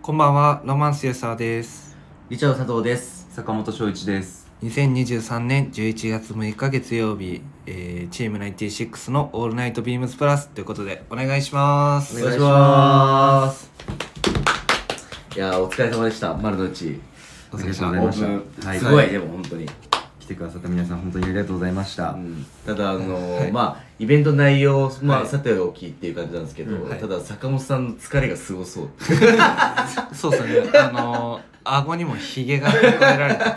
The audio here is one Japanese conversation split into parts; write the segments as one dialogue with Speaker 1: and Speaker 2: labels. Speaker 1: こんばんは、ロマンスユーサーです。
Speaker 2: リチャード佐藤です。
Speaker 3: 坂本翔一です。
Speaker 1: 2023年11月6日月曜日、えー、チーム96のオールナイトビームスプラスということで、お願いします。
Speaker 2: お願いします。いやーお疲れ様でした。丸の内。
Speaker 3: お疲れ
Speaker 2: オ
Speaker 3: 様で
Speaker 2: ー
Speaker 3: し
Speaker 2: プ
Speaker 3: た。
Speaker 2: ン
Speaker 3: は
Speaker 2: すご
Speaker 3: い。
Speaker 2: いでも本当に。
Speaker 3: 来てくださった皆さん、本当にありがとうございました。
Speaker 2: ただあのー
Speaker 1: はい
Speaker 2: まあイベント内容まあ、
Speaker 1: はい
Speaker 2: さておきっていう感じなんですけど、
Speaker 1: はい
Speaker 2: ただ坂本さんの疲れがすごそう。
Speaker 1: そうですね、あのー、顎にもヒゲが抱えられてて。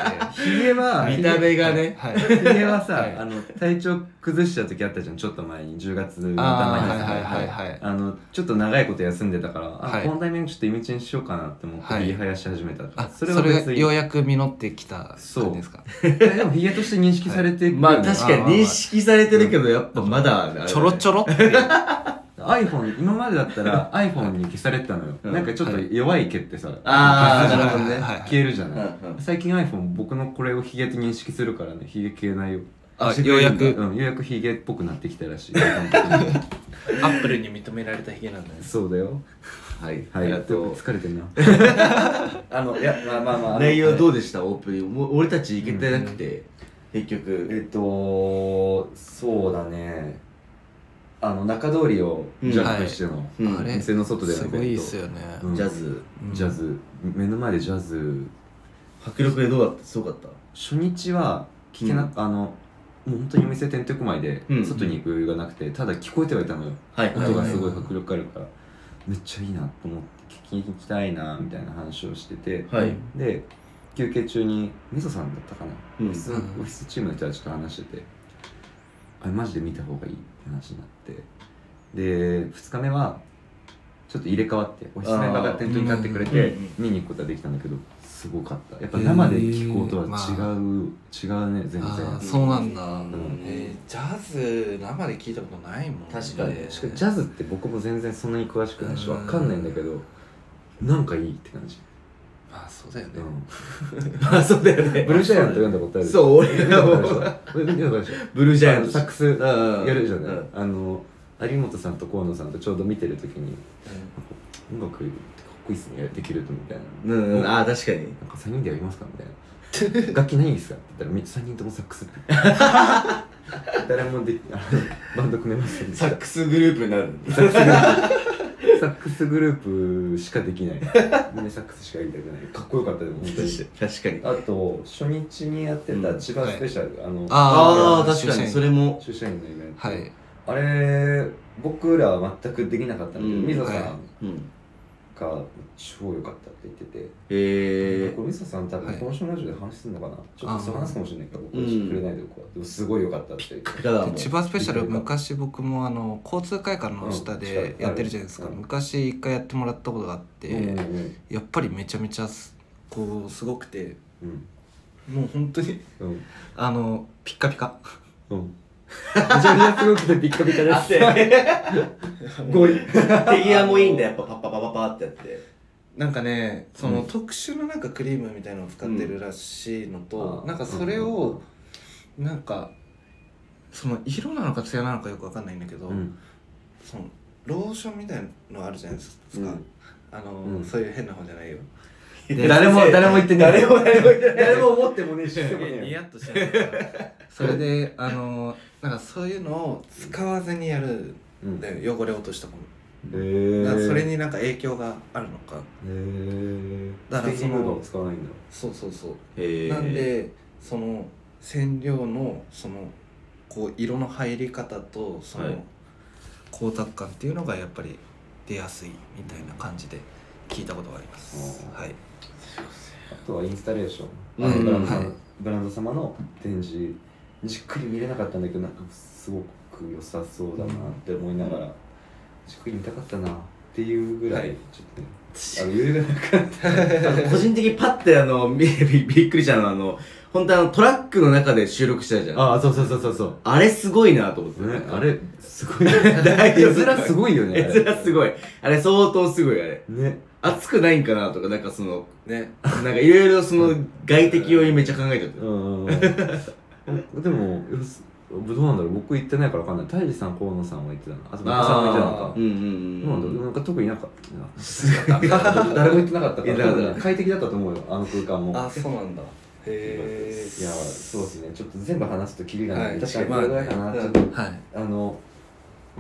Speaker 3: ひげは、
Speaker 2: 見た目がね。
Speaker 1: はい。
Speaker 3: ひげは
Speaker 1: は
Speaker 3: さ
Speaker 1: い、
Speaker 3: あの、体調崩した時あったじゃん、ちょっと前に、10月の頭に
Speaker 1: あー
Speaker 3: さ。
Speaker 1: はいはいはいはい。
Speaker 3: あの、ちょっと長いこと休んでたから、
Speaker 1: は
Speaker 3: あ、
Speaker 1: い
Speaker 3: このタイミングちょっとイメチェンしようかなって思って、
Speaker 1: はい
Speaker 3: ひげ生やし始めたから。
Speaker 1: あ、それがようやく実ってきた
Speaker 3: そう
Speaker 1: 感じですか。
Speaker 3: でも、ひげとして認識されてるよね。
Speaker 2: まあ確かに認識されてるけどやっぱまだ、あれ
Speaker 1: ちょろちょろっていう。
Speaker 3: iPhone 今までだったら iPhone に消されてたのよ、
Speaker 2: うん
Speaker 3: なんかちょっと弱い毛ってさ、
Speaker 2: あー
Speaker 3: 消すじゃん
Speaker 2: なるほどね
Speaker 1: はい
Speaker 3: 消えるじゃない、
Speaker 2: うんうん
Speaker 3: 最近 iPhone 僕のこれをヒゲと認識するからねヒゲ消えないよ
Speaker 1: あ
Speaker 3: してくれるんだ
Speaker 1: ようやく
Speaker 3: うん、ようやくヒゲっぽくなってき たらしい
Speaker 1: アップルに認められたヒゲなんだね。
Speaker 3: そうだよ
Speaker 2: はい、
Speaker 3: はい
Speaker 2: あと
Speaker 3: 疲れてんな あのいやまあまあまああの
Speaker 2: 内容どうでしたオープニングもう俺たち行けてなくて、結
Speaker 3: え
Speaker 2: 局
Speaker 3: っとそうだねあの中通りを
Speaker 2: うん
Speaker 3: ジャックしての、
Speaker 2: うん
Speaker 1: あれ
Speaker 3: 店の外での
Speaker 1: すごいっす
Speaker 3: よ、
Speaker 1: よね。
Speaker 3: うん
Speaker 2: ジャズ
Speaker 3: ジャズ目の前でジャズ
Speaker 2: 迫力でどうだったすごかった
Speaker 3: 初日は聞けな、あのもう本当にお店てんてこまいで
Speaker 2: うん
Speaker 3: 外に行く余裕がなくて、ただ聞こえてはいたのよ
Speaker 2: はいはい
Speaker 3: 音
Speaker 2: は
Speaker 3: が
Speaker 2: い
Speaker 3: すごい迫力あるから、めっちゃいいなと思って聞きに行きたいなみたいな話をしてて、
Speaker 2: はい
Speaker 3: で休憩中にみそさんだったかな、
Speaker 2: うん
Speaker 3: オフィスオフィスチームの人たちと話しててあれマジで見た方がいいって話になってで2日目はちょっと入れ替わってオフィスメンバーが店頭に立ってくれ
Speaker 2: あー
Speaker 3: て
Speaker 2: うんうん
Speaker 3: 見に行くことはできたんだけどすごかったやっぱ生で聞くことは違う、違うね全然
Speaker 1: あーそうなんだ、
Speaker 3: ん
Speaker 1: えージャズ生で聞いたことないもんね
Speaker 2: 確かに
Speaker 3: しかもジャズって僕も全然そんなに詳しくないし
Speaker 1: うん
Speaker 3: わかんないんだけどなんかいいって感じ、
Speaker 1: まあそうだよね、
Speaker 3: うん、
Speaker 2: あそうだよね
Speaker 3: ブルージャイアント読んだことある
Speaker 2: そう俺
Speaker 3: 読ん
Speaker 2: が
Speaker 3: だこ
Speaker 2: も
Speaker 3: とある
Speaker 2: う
Speaker 3: でしょ読んだことあるでしょ
Speaker 2: ブルージャイアン
Speaker 3: あの
Speaker 2: ト
Speaker 3: サックスやるじゃな
Speaker 2: う
Speaker 3: い、
Speaker 2: ん
Speaker 3: あの有本さんと河野さんとちょうど見てる時に音楽ってかっこいいっすねできるとみたいな
Speaker 2: うんうんああ確かに
Speaker 3: なんか3人でやりますかみたいな楽器ないですかって言ったらみ3人ともサックス 誰もであのバンド組めませんでした
Speaker 2: サックスグループになる
Speaker 3: サックスグループサックスグループしかできないみんなサックスしかやりたくないかっこよかったでも本当に
Speaker 2: 確かに
Speaker 3: あと初日にやってた千葉スペシャル、あの
Speaker 1: あ
Speaker 2: あ
Speaker 1: ー
Speaker 2: あ確かにそれも
Speaker 3: 駐車員のイベント、
Speaker 1: はい
Speaker 3: あれ僕らは全くできなかったんだけ
Speaker 2: う
Speaker 3: ど
Speaker 2: ん
Speaker 3: みぞさん
Speaker 1: は
Speaker 2: うん
Speaker 3: が超良かったって言ってて、
Speaker 2: え
Speaker 3: これみぞさん多
Speaker 1: は
Speaker 3: 分
Speaker 1: い
Speaker 3: この人のラジオで話するのかな、ちょっとそう
Speaker 1: あー
Speaker 3: 話すかもしれないけど僕はしてくれないでおこうでもすごい良かったって
Speaker 2: ーただも
Speaker 1: で
Speaker 2: う
Speaker 1: 千葉スペシャル昔僕もあの交通会館の下で
Speaker 3: うん
Speaker 1: やってるじゃないですか、
Speaker 3: うん
Speaker 1: 昔一回やってもらったことがあって、
Speaker 3: うんうん
Speaker 1: やっぱりめちゃめちゃすこうすごくて
Speaker 3: うん
Speaker 1: もう本当に
Speaker 3: うん
Speaker 1: あのピッカピカ
Speaker 3: うんめちゃめちゃすごくてピッカピカで
Speaker 2: 汗
Speaker 3: すゴリ
Speaker 2: 手際もいいんだやっぱパッパパパパってやって
Speaker 1: なんかねその、
Speaker 3: うん
Speaker 1: 特殊のなんかクリームみたいのを使ってるらしいのと、
Speaker 3: うん
Speaker 1: なんかそれを、なんかその色なのか艶なのかよくわかんないんだけど、
Speaker 3: うん
Speaker 1: そのローションみたいのあるじゃないですか、
Speaker 3: うん
Speaker 1: あの、
Speaker 3: うん
Speaker 1: そういう変な方じゃないよ
Speaker 3: で誰 も誰も言ってねえ
Speaker 2: 誰も誰も言ってない
Speaker 3: 誰も思ってもねえし
Speaker 1: ニヤッとしてるからそれであのなんかそういうのを使わずにやる
Speaker 3: うん
Speaker 1: んだよ汚れ落としたも
Speaker 3: え
Speaker 1: の、だから
Speaker 3: ー、
Speaker 1: それになんか影響があるのか
Speaker 3: えー、
Speaker 1: だから
Speaker 3: ステーキムードを使わないんだ
Speaker 1: そうそうそう
Speaker 2: へえ
Speaker 1: なんでその染料のそのこう色の入り方とその
Speaker 2: はい
Speaker 1: 光沢感っていうのがやっぱり出やすいみたいな感じで聞いたことがあります
Speaker 3: お。ー
Speaker 1: はい。
Speaker 3: あとはインスタレーション、
Speaker 2: うん
Speaker 3: あのブランド様
Speaker 1: はい
Speaker 3: ブランド様の展示じっくり見れなかったんだけどなんかすごく良さそうだなって思いながら、じっくり見たかったなっていうぐらい、
Speaker 1: はい
Speaker 3: ちょっとねあの余裕がなか
Speaker 2: あ
Speaker 3: っ
Speaker 2: の個人的にパッてあのびびびっくりしたのはあの本当あのトラックの中で収録したじゃん
Speaker 3: た
Speaker 2: あ
Speaker 3: ああそうそうそうそうそう
Speaker 2: れすごいなと思って、
Speaker 3: ね、あれすごい
Speaker 2: 大
Speaker 3: 絵
Speaker 2: 丈夫
Speaker 3: 面すごいよね
Speaker 2: 絵面す
Speaker 3: い
Speaker 2: ごいあれ相当すごいあれ
Speaker 3: ね
Speaker 2: 熱くないんかなとかなんかその
Speaker 1: ね。
Speaker 2: なんかいろいろその外敵をめっちゃ考えちゃった
Speaker 3: うんでもよすどうなんだろう僕行ってないから分かんない泰治さん河野さんは行ってたなあと中田さんも行ってたの
Speaker 1: あ
Speaker 3: か
Speaker 1: ー
Speaker 2: うん
Speaker 3: どうなんだろう
Speaker 2: うん
Speaker 3: なんか特になんかなんか誰も行ってなかったか
Speaker 2: いやだから
Speaker 3: ら快適だったと思うよあの空間も
Speaker 1: あそうなんだへ
Speaker 3: いやそうですねちょっと全部話すとキリがない、
Speaker 1: はい
Speaker 3: 確かにこれぐらいかな、
Speaker 1: まあね
Speaker 3: ちょっと
Speaker 1: えはい
Speaker 3: あの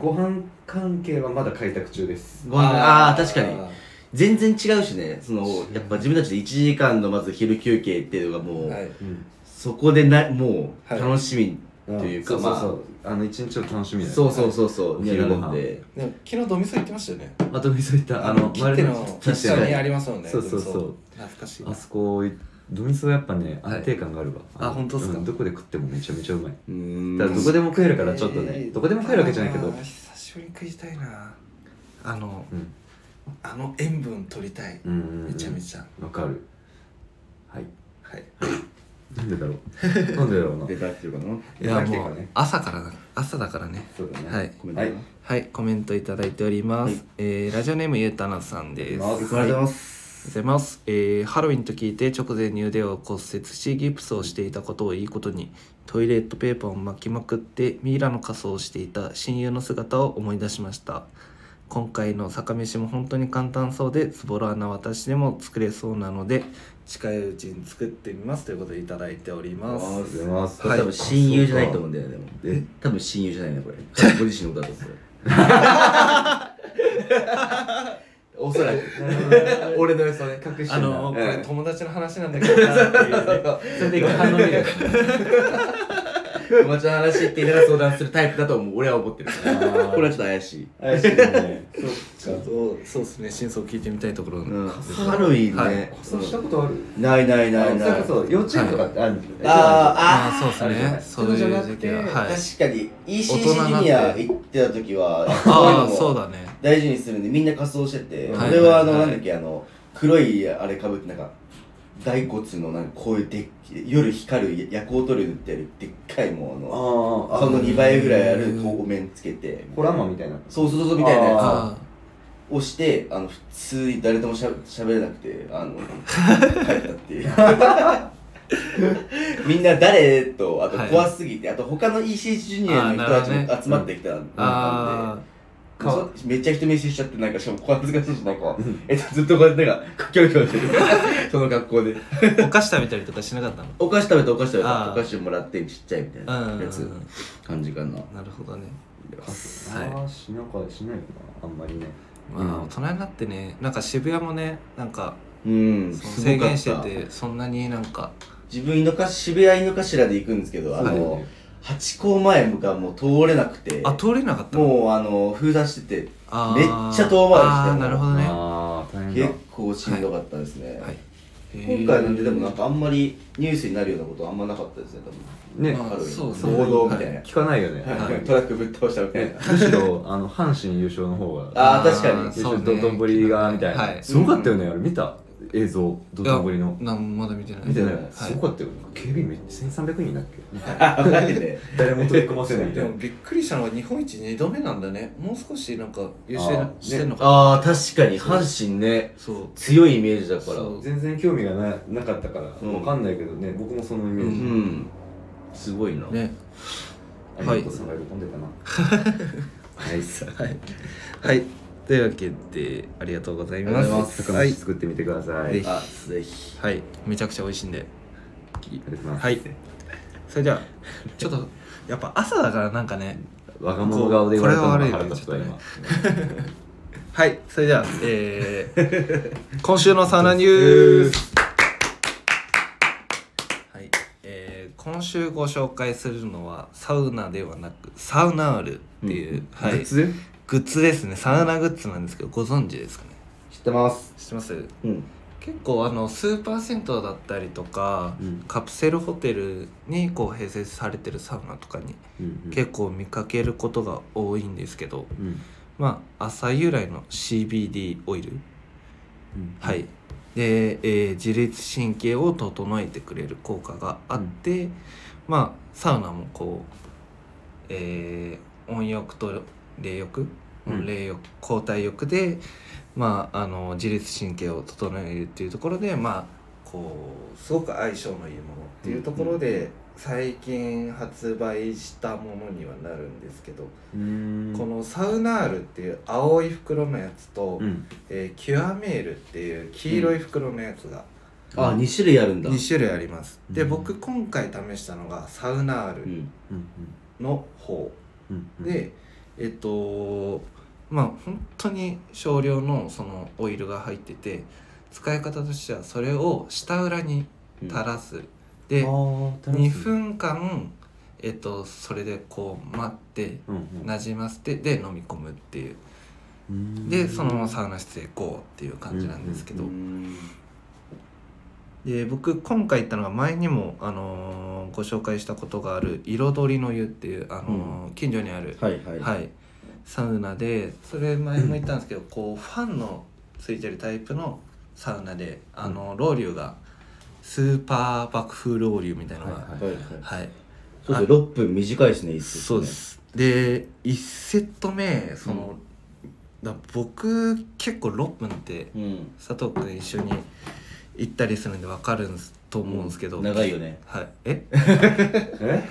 Speaker 3: ご飯関係はまだ開拓中です
Speaker 2: ご飯ああー確かに
Speaker 1: あ
Speaker 2: 全然違うしねそのやっぱ自分たちで1時間のまず昼休憩っていうのがも
Speaker 1: ー
Speaker 2: う、
Speaker 1: はい
Speaker 3: うん
Speaker 2: そこでなもう
Speaker 1: はい
Speaker 2: 楽しみというか、
Speaker 3: ん
Speaker 2: まあ
Speaker 3: そうそうそうあの一日を楽しみだよね
Speaker 2: そうそうそうそう、
Speaker 3: はい
Speaker 2: になるので
Speaker 1: でも昨日ドミソ行ってましたよね
Speaker 3: あとそういったあの
Speaker 1: 切手の
Speaker 3: 丸
Speaker 1: 一緒
Speaker 3: 切手
Speaker 1: に
Speaker 3: の
Speaker 1: ありますもんね
Speaker 3: そうそうそう
Speaker 1: ドミソ懐かしい
Speaker 3: あそこドミソはやっぱね
Speaker 1: はい
Speaker 3: 安定感があるわ、
Speaker 1: あ
Speaker 3: の
Speaker 1: 本当っすか
Speaker 3: うんどこで食ってもめちゃめちゃうまい
Speaker 2: うん
Speaker 3: ただどこでも食えるからちょっとね、
Speaker 1: えー
Speaker 3: どこでも食えるわけじゃないけど、
Speaker 1: あー久しぶりに食いたいなあの
Speaker 3: うん
Speaker 1: あの塩分取りたい
Speaker 3: うんうんうん
Speaker 1: めちゃめちゃ
Speaker 3: わかるはい
Speaker 1: はい
Speaker 3: なんでだろうなんでだろうな
Speaker 2: 出たっていうかない
Speaker 1: や
Speaker 3: 飽きてる
Speaker 1: も
Speaker 3: か
Speaker 1: う
Speaker 3: ね
Speaker 1: 朝からだ朝だからね
Speaker 3: そうだね
Speaker 1: はい
Speaker 2: ごめんなさい
Speaker 3: はい
Speaker 1: はいコメントいただいております、
Speaker 2: はい
Speaker 1: えーラジオネームゆうたなさんです
Speaker 3: あ
Speaker 1: は
Speaker 3: り
Speaker 1: い
Speaker 3: が
Speaker 1: あ
Speaker 3: と
Speaker 1: り
Speaker 3: う
Speaker 1: が
Speaker 3: ご
Speaker 1: とうご
Speaker 3: ざい
Speaker 1: ざい
Speaker 3: ま
Speaker 1: ます、えーハロウィンと聞いて直前に腕を骨折しギプスをしていたことをいいことにトイレットペーパーを巻きまくってミイラの仮装をしていた親友の姿を思い出しました今回の酒飯も本当に簡単そうでズボラな私でも作れそうなので近いうちに作ってみますということでいただいております
Speaker 3: ありがとうございます
Speaker 2: これ多分親友じゃないと思うんだよねでもえ多分親友じゃないねこ れ多分ご自身のことだと思うおそら く俺の予想ね
Speaker 3: 隠してんだ
Speaker 1: あのこ
Speaker 2: う
Speaker 1: れ
Speaker 2: ん
Speaker 1: 友達の話なんだけどなっていうね
Speaker 3: それで反応見る
Speaker 2: 友達の話って言いながら相談するタイプだと思う俺は思ってるこれはちょっと怪しい
Speaker 3: 怪しいね
Speaker 1: ちょっとそうですね真相聞いてみたいところなんで
Speaker 2: うんハロウィン
Speaker 1: は
Speaker 2: ね
Speaker 1: い
Speaker 3: そうしたことある
Speaker 2: ないないない
Speaker 3: そ
Speaker 2: な
Speaker 3: れ
Speaker 2: い
Speaker 3: こそ幼稚園とかってあるんですよ
Speaker 2: あ
Speaker 1: まあそうです
Speaker 3: あるじゃ
Speaker 1: ねそうい
Speaker 3: ない
Speaker 1: う時期は
Speaker 3: そうじゃなくて
Speaker 1: はい
Speaker 2: 確かに ECC ジ
Speaker 1: 大人になっ
Speaker 2: ュ
Speaker 1: て
Speaker 2: ニア行ってた時
Speaker 1: あ
Speaker 2: は
Speaker 1: あ
Speaker 2: そ
Speaker 1: そう
Speaker 2: いうのも
Speaker 1: だね
Speaker 2: 大事にするんでみんな仮装してて
Speaker 3: はい
Speaker 2: 俺はあの
Speaker 1: はい
Speaker 2: なんだっけあの黒いあれかぶってなんか骸骨のなんかこういうでっ夜光る夜光塗料塗ってあるでっかいもうあ
Speaker 3: あ
Speaker 2: の
Speaker 3: ーあ
Speaker 2: 顔の2倍ぐらいある
Speaker 1: うん
Speaker 2: 透明つけて
Speaker 3: ホラーマンみたいな
Speaker 2: そうそうそうみたいなやつ
Speaker 3: あ
Speaker 1: あ
Speaker 2: 押してあの普通に誰ともしゃべれなくて あの帰ったっていうみんな誰とあと
Speaker 1: はい
Speaker 2: 怖すぎて、あと他の EC ジュニアの人た
Speaker 1: あー
Speaker 2: ち
Speaker 1: なるほどね
Speaker 2: も集まってきたん
Speaker 1: ああ
Speaker 2: でそうめっちゃ人見知りしちゃってなんかしかも小恥ずかしいしなんか
Speaker 3: うん
Speaker 2: えっとずっとこうやってなんかキョロキョロして るその格好で
Speaker 1: あお菓子食べたりとかしなかったの
Speaker 2: お菓子食べたお菓子食べ
Speaker 1: あー
Speaker 2: たお菓子もらってちっちゃいみたい
Speaker 1: うん
Speaker 2: なやつ感じかな
Speaker 1: なるほどね
Speaker 3: あそうあーしなんかしないよなあんまりね
Speaker 1: まあ大人になってねなんか渋谷もねなんか
Speaker 2: うん
Speaker 1: その
Speaker 2: す
Speaker 1: 制
Speaker 2: ごか
Speaker 1: 限
Speaker 2: っ
Speaker 1: して
Speaker 2: た
Speaker 1: てそんなになんか
Speaker 2: 自分井の頭渋谷井の頭で行くんですけどあの、
Speaker 3: はい
Speaker 2: 八甲前向かもう通れなくて
Speaker 1: あ通れなかったの
Speaker 2: もうあの封鎖してて
Speaker 1: あー
Speaker 2: めっちゃ遠回りして
Speaker 1: ああなるほどねは
Speaker 3: ああ大変だ
Speaker 2: 結構しんどかったですね、
Speaker 1: い
Speaker 2: 今回なんででもなんかあんまりニュースになるようなことはあんまなかったですね
Speaker 3: ね
Speaker 1: まあ
Speaker 2: 多分
Speaker 1: そうです
Speaker 2: ね
Speaker 1: ね
Speaker 2: 暴動みたいな、
Speaker 3: 聞かないよね、
Speaker 1: い
Speaker 2: はいトラックぶっ倒したみたい
Speaker 3: ね
Speaker 2: な
Speaker 3: むしろあの阪神優勝の方が
Speaker 2: あー確かに
Speaker 1: ー
Speaker 3: 優
Speaker 1: そう
Speaker 3: 勝
Speaker 1: ね
Speaker 3: 道頓堀がみたいな、
Speaker 1: はい
Speaker 3: すごかったよねあれ見た映像道頓堀の
Speaker 1: なんまだ見てない
Speaker 3: 見てない、
Speaker 1: はい
Speaker 3: すごかったよ警備員1300人だっけ
Speaker 2: あマジで
Speaker 3: 誰も取り込ませないみた
Speaker 1: で
Speaker 3: いな
Speaker 1: もびっくりしたのは日本一2度目なんだねもう少しなんか優勝してんのかな
Speaker 2: ああ確かに阪神ね
Speaker 1: そう
Speaker 2: 強いイメージだから
Speaker 1: そう
Speaker 2: う
Speaker 3: 全然興味がななかったから、わ
Speaker 2: うん
Speaker 3: かんないけどね僕もそのイメージ、
Speaker 2: んすごいな、
Speaker 1: ね
Speaker 3: ありがとうさんが喜んでたな、
Speaker 2: はいさ
Speaker 1: はい、はい、というわけでありがとうござい
Speaker 2: あ
Speaker 1: ま
Speaker 2: り
Speaker 1: す
Speaker 2: がとうございま
Speaker 3: 坂道作ってみてください、
Speaker 1: ぜひ
Speaker 2: あぜひ
Speaker 1: はい、めちゃくちゃ美味しいんで
Speaker 3: ありがとうございます
Speaker 1: はいそれ ではちょっとやっぱ朝だからなんかね
Speaker 3: 若者顔で言われたのが腹立つわ
Speaker 1: これは悪い
Speaker 3: 今
Speaker 1: ねはいそれではえ ー、今週のサウナニュースはい、えー、今週ご紹介するのはサウナではなくサウナールっていう、はい、
Speaker 3: 普通
Speaker 1: グッズですねサウナグッズなんですけどご存知ですかね
Speaker 2: 知ってます
Speaker 1: 知ってます
Speaker 2: うん
Speaker 1: 結構あのスーパー銭湯だったりとか、
Speaker 3: うん
Speaker 1: カプセルホテルにこう併設されてるサウナとかに
Speaker 3: うん
Speaker 1: 結構見かけることが多いんですけど、
Speaker 3: うん
Speaker 1: まあ朝由来の CBD オイル、
Speaker 3: うん
Speaker 1: はいで、えー自律神経を整えてくれる効果があって、まあサウナもこう、えー温浴と冷浴、
Speaker 3: うん
Speaker 1: 冷浴交代浴で、まあ、あの自律神経を整えるっていうところでまあこうすごく相性のいいものっていうところで、最近発売したものにはなるんですけど、
Speaker 3: うん
Speaker 1: このサウナールっていう青い袋のやつと、
Speaker 3: うん
Speaker 1: えーキュアメールっていう黄色い袋のやつが
Speaker 2: あ二種類あるんだ
Speaker 1: 2種類あります、で
Speaker 3: うん
Speaker 1: 僕今回試したのがサウナー
Speaker 2: う
Speaker 1: ル
Speaker 2: ん
Speaker 3: うん
Speaker 1: の方
Speaker 3: うんうん
Speaker 1: でえっとまあ本当に少量のそのオイルが入ってて使い方としてはそれを下裏に
Speaker 2: うん
Speaker 1: 垂らす、で
Speaker 3: あー垂らす
Speaker 1: 2分間えっとそれでこう待って
Speaker 3: うんうん
Speaker 1: なじませてで飲み込むっていう
Speaker 3: うん
Speaker 1: でそのままサウナ室へ行こうっていう感じなんですけ
Speaker 2: う
Speaker 1: ど、
Speaker 2: ん
Speaker 1: で僕今回行ったのが前にも、あのーご紹介したことがある「彩りの湯」っていう、あのー近所にある、
Speaker 2: はいはい
Speaker 1: はい、サウナでそれ前も言ったんですけどこうファンのついてるタイプのサウナであのロウリュがスーパー爆風ロウリュみたいなのが、はい
Speaker 3: は
Speaker 2: は
Speaker 3: い
Speaker 2: いはいそう
Speaker 1: あ
Speaker 2: そう6分短いですね一節ね
Speaker 1: そうですで1セット目その、だ僕結構6分って
Speaker 2: うん
Speaker 1: 佐藤君一緒に行ったりするんで分かるんですと思うんですけど、
Speaker 2: 長いよね
Speaker 1: はい、え
Speaker 3: え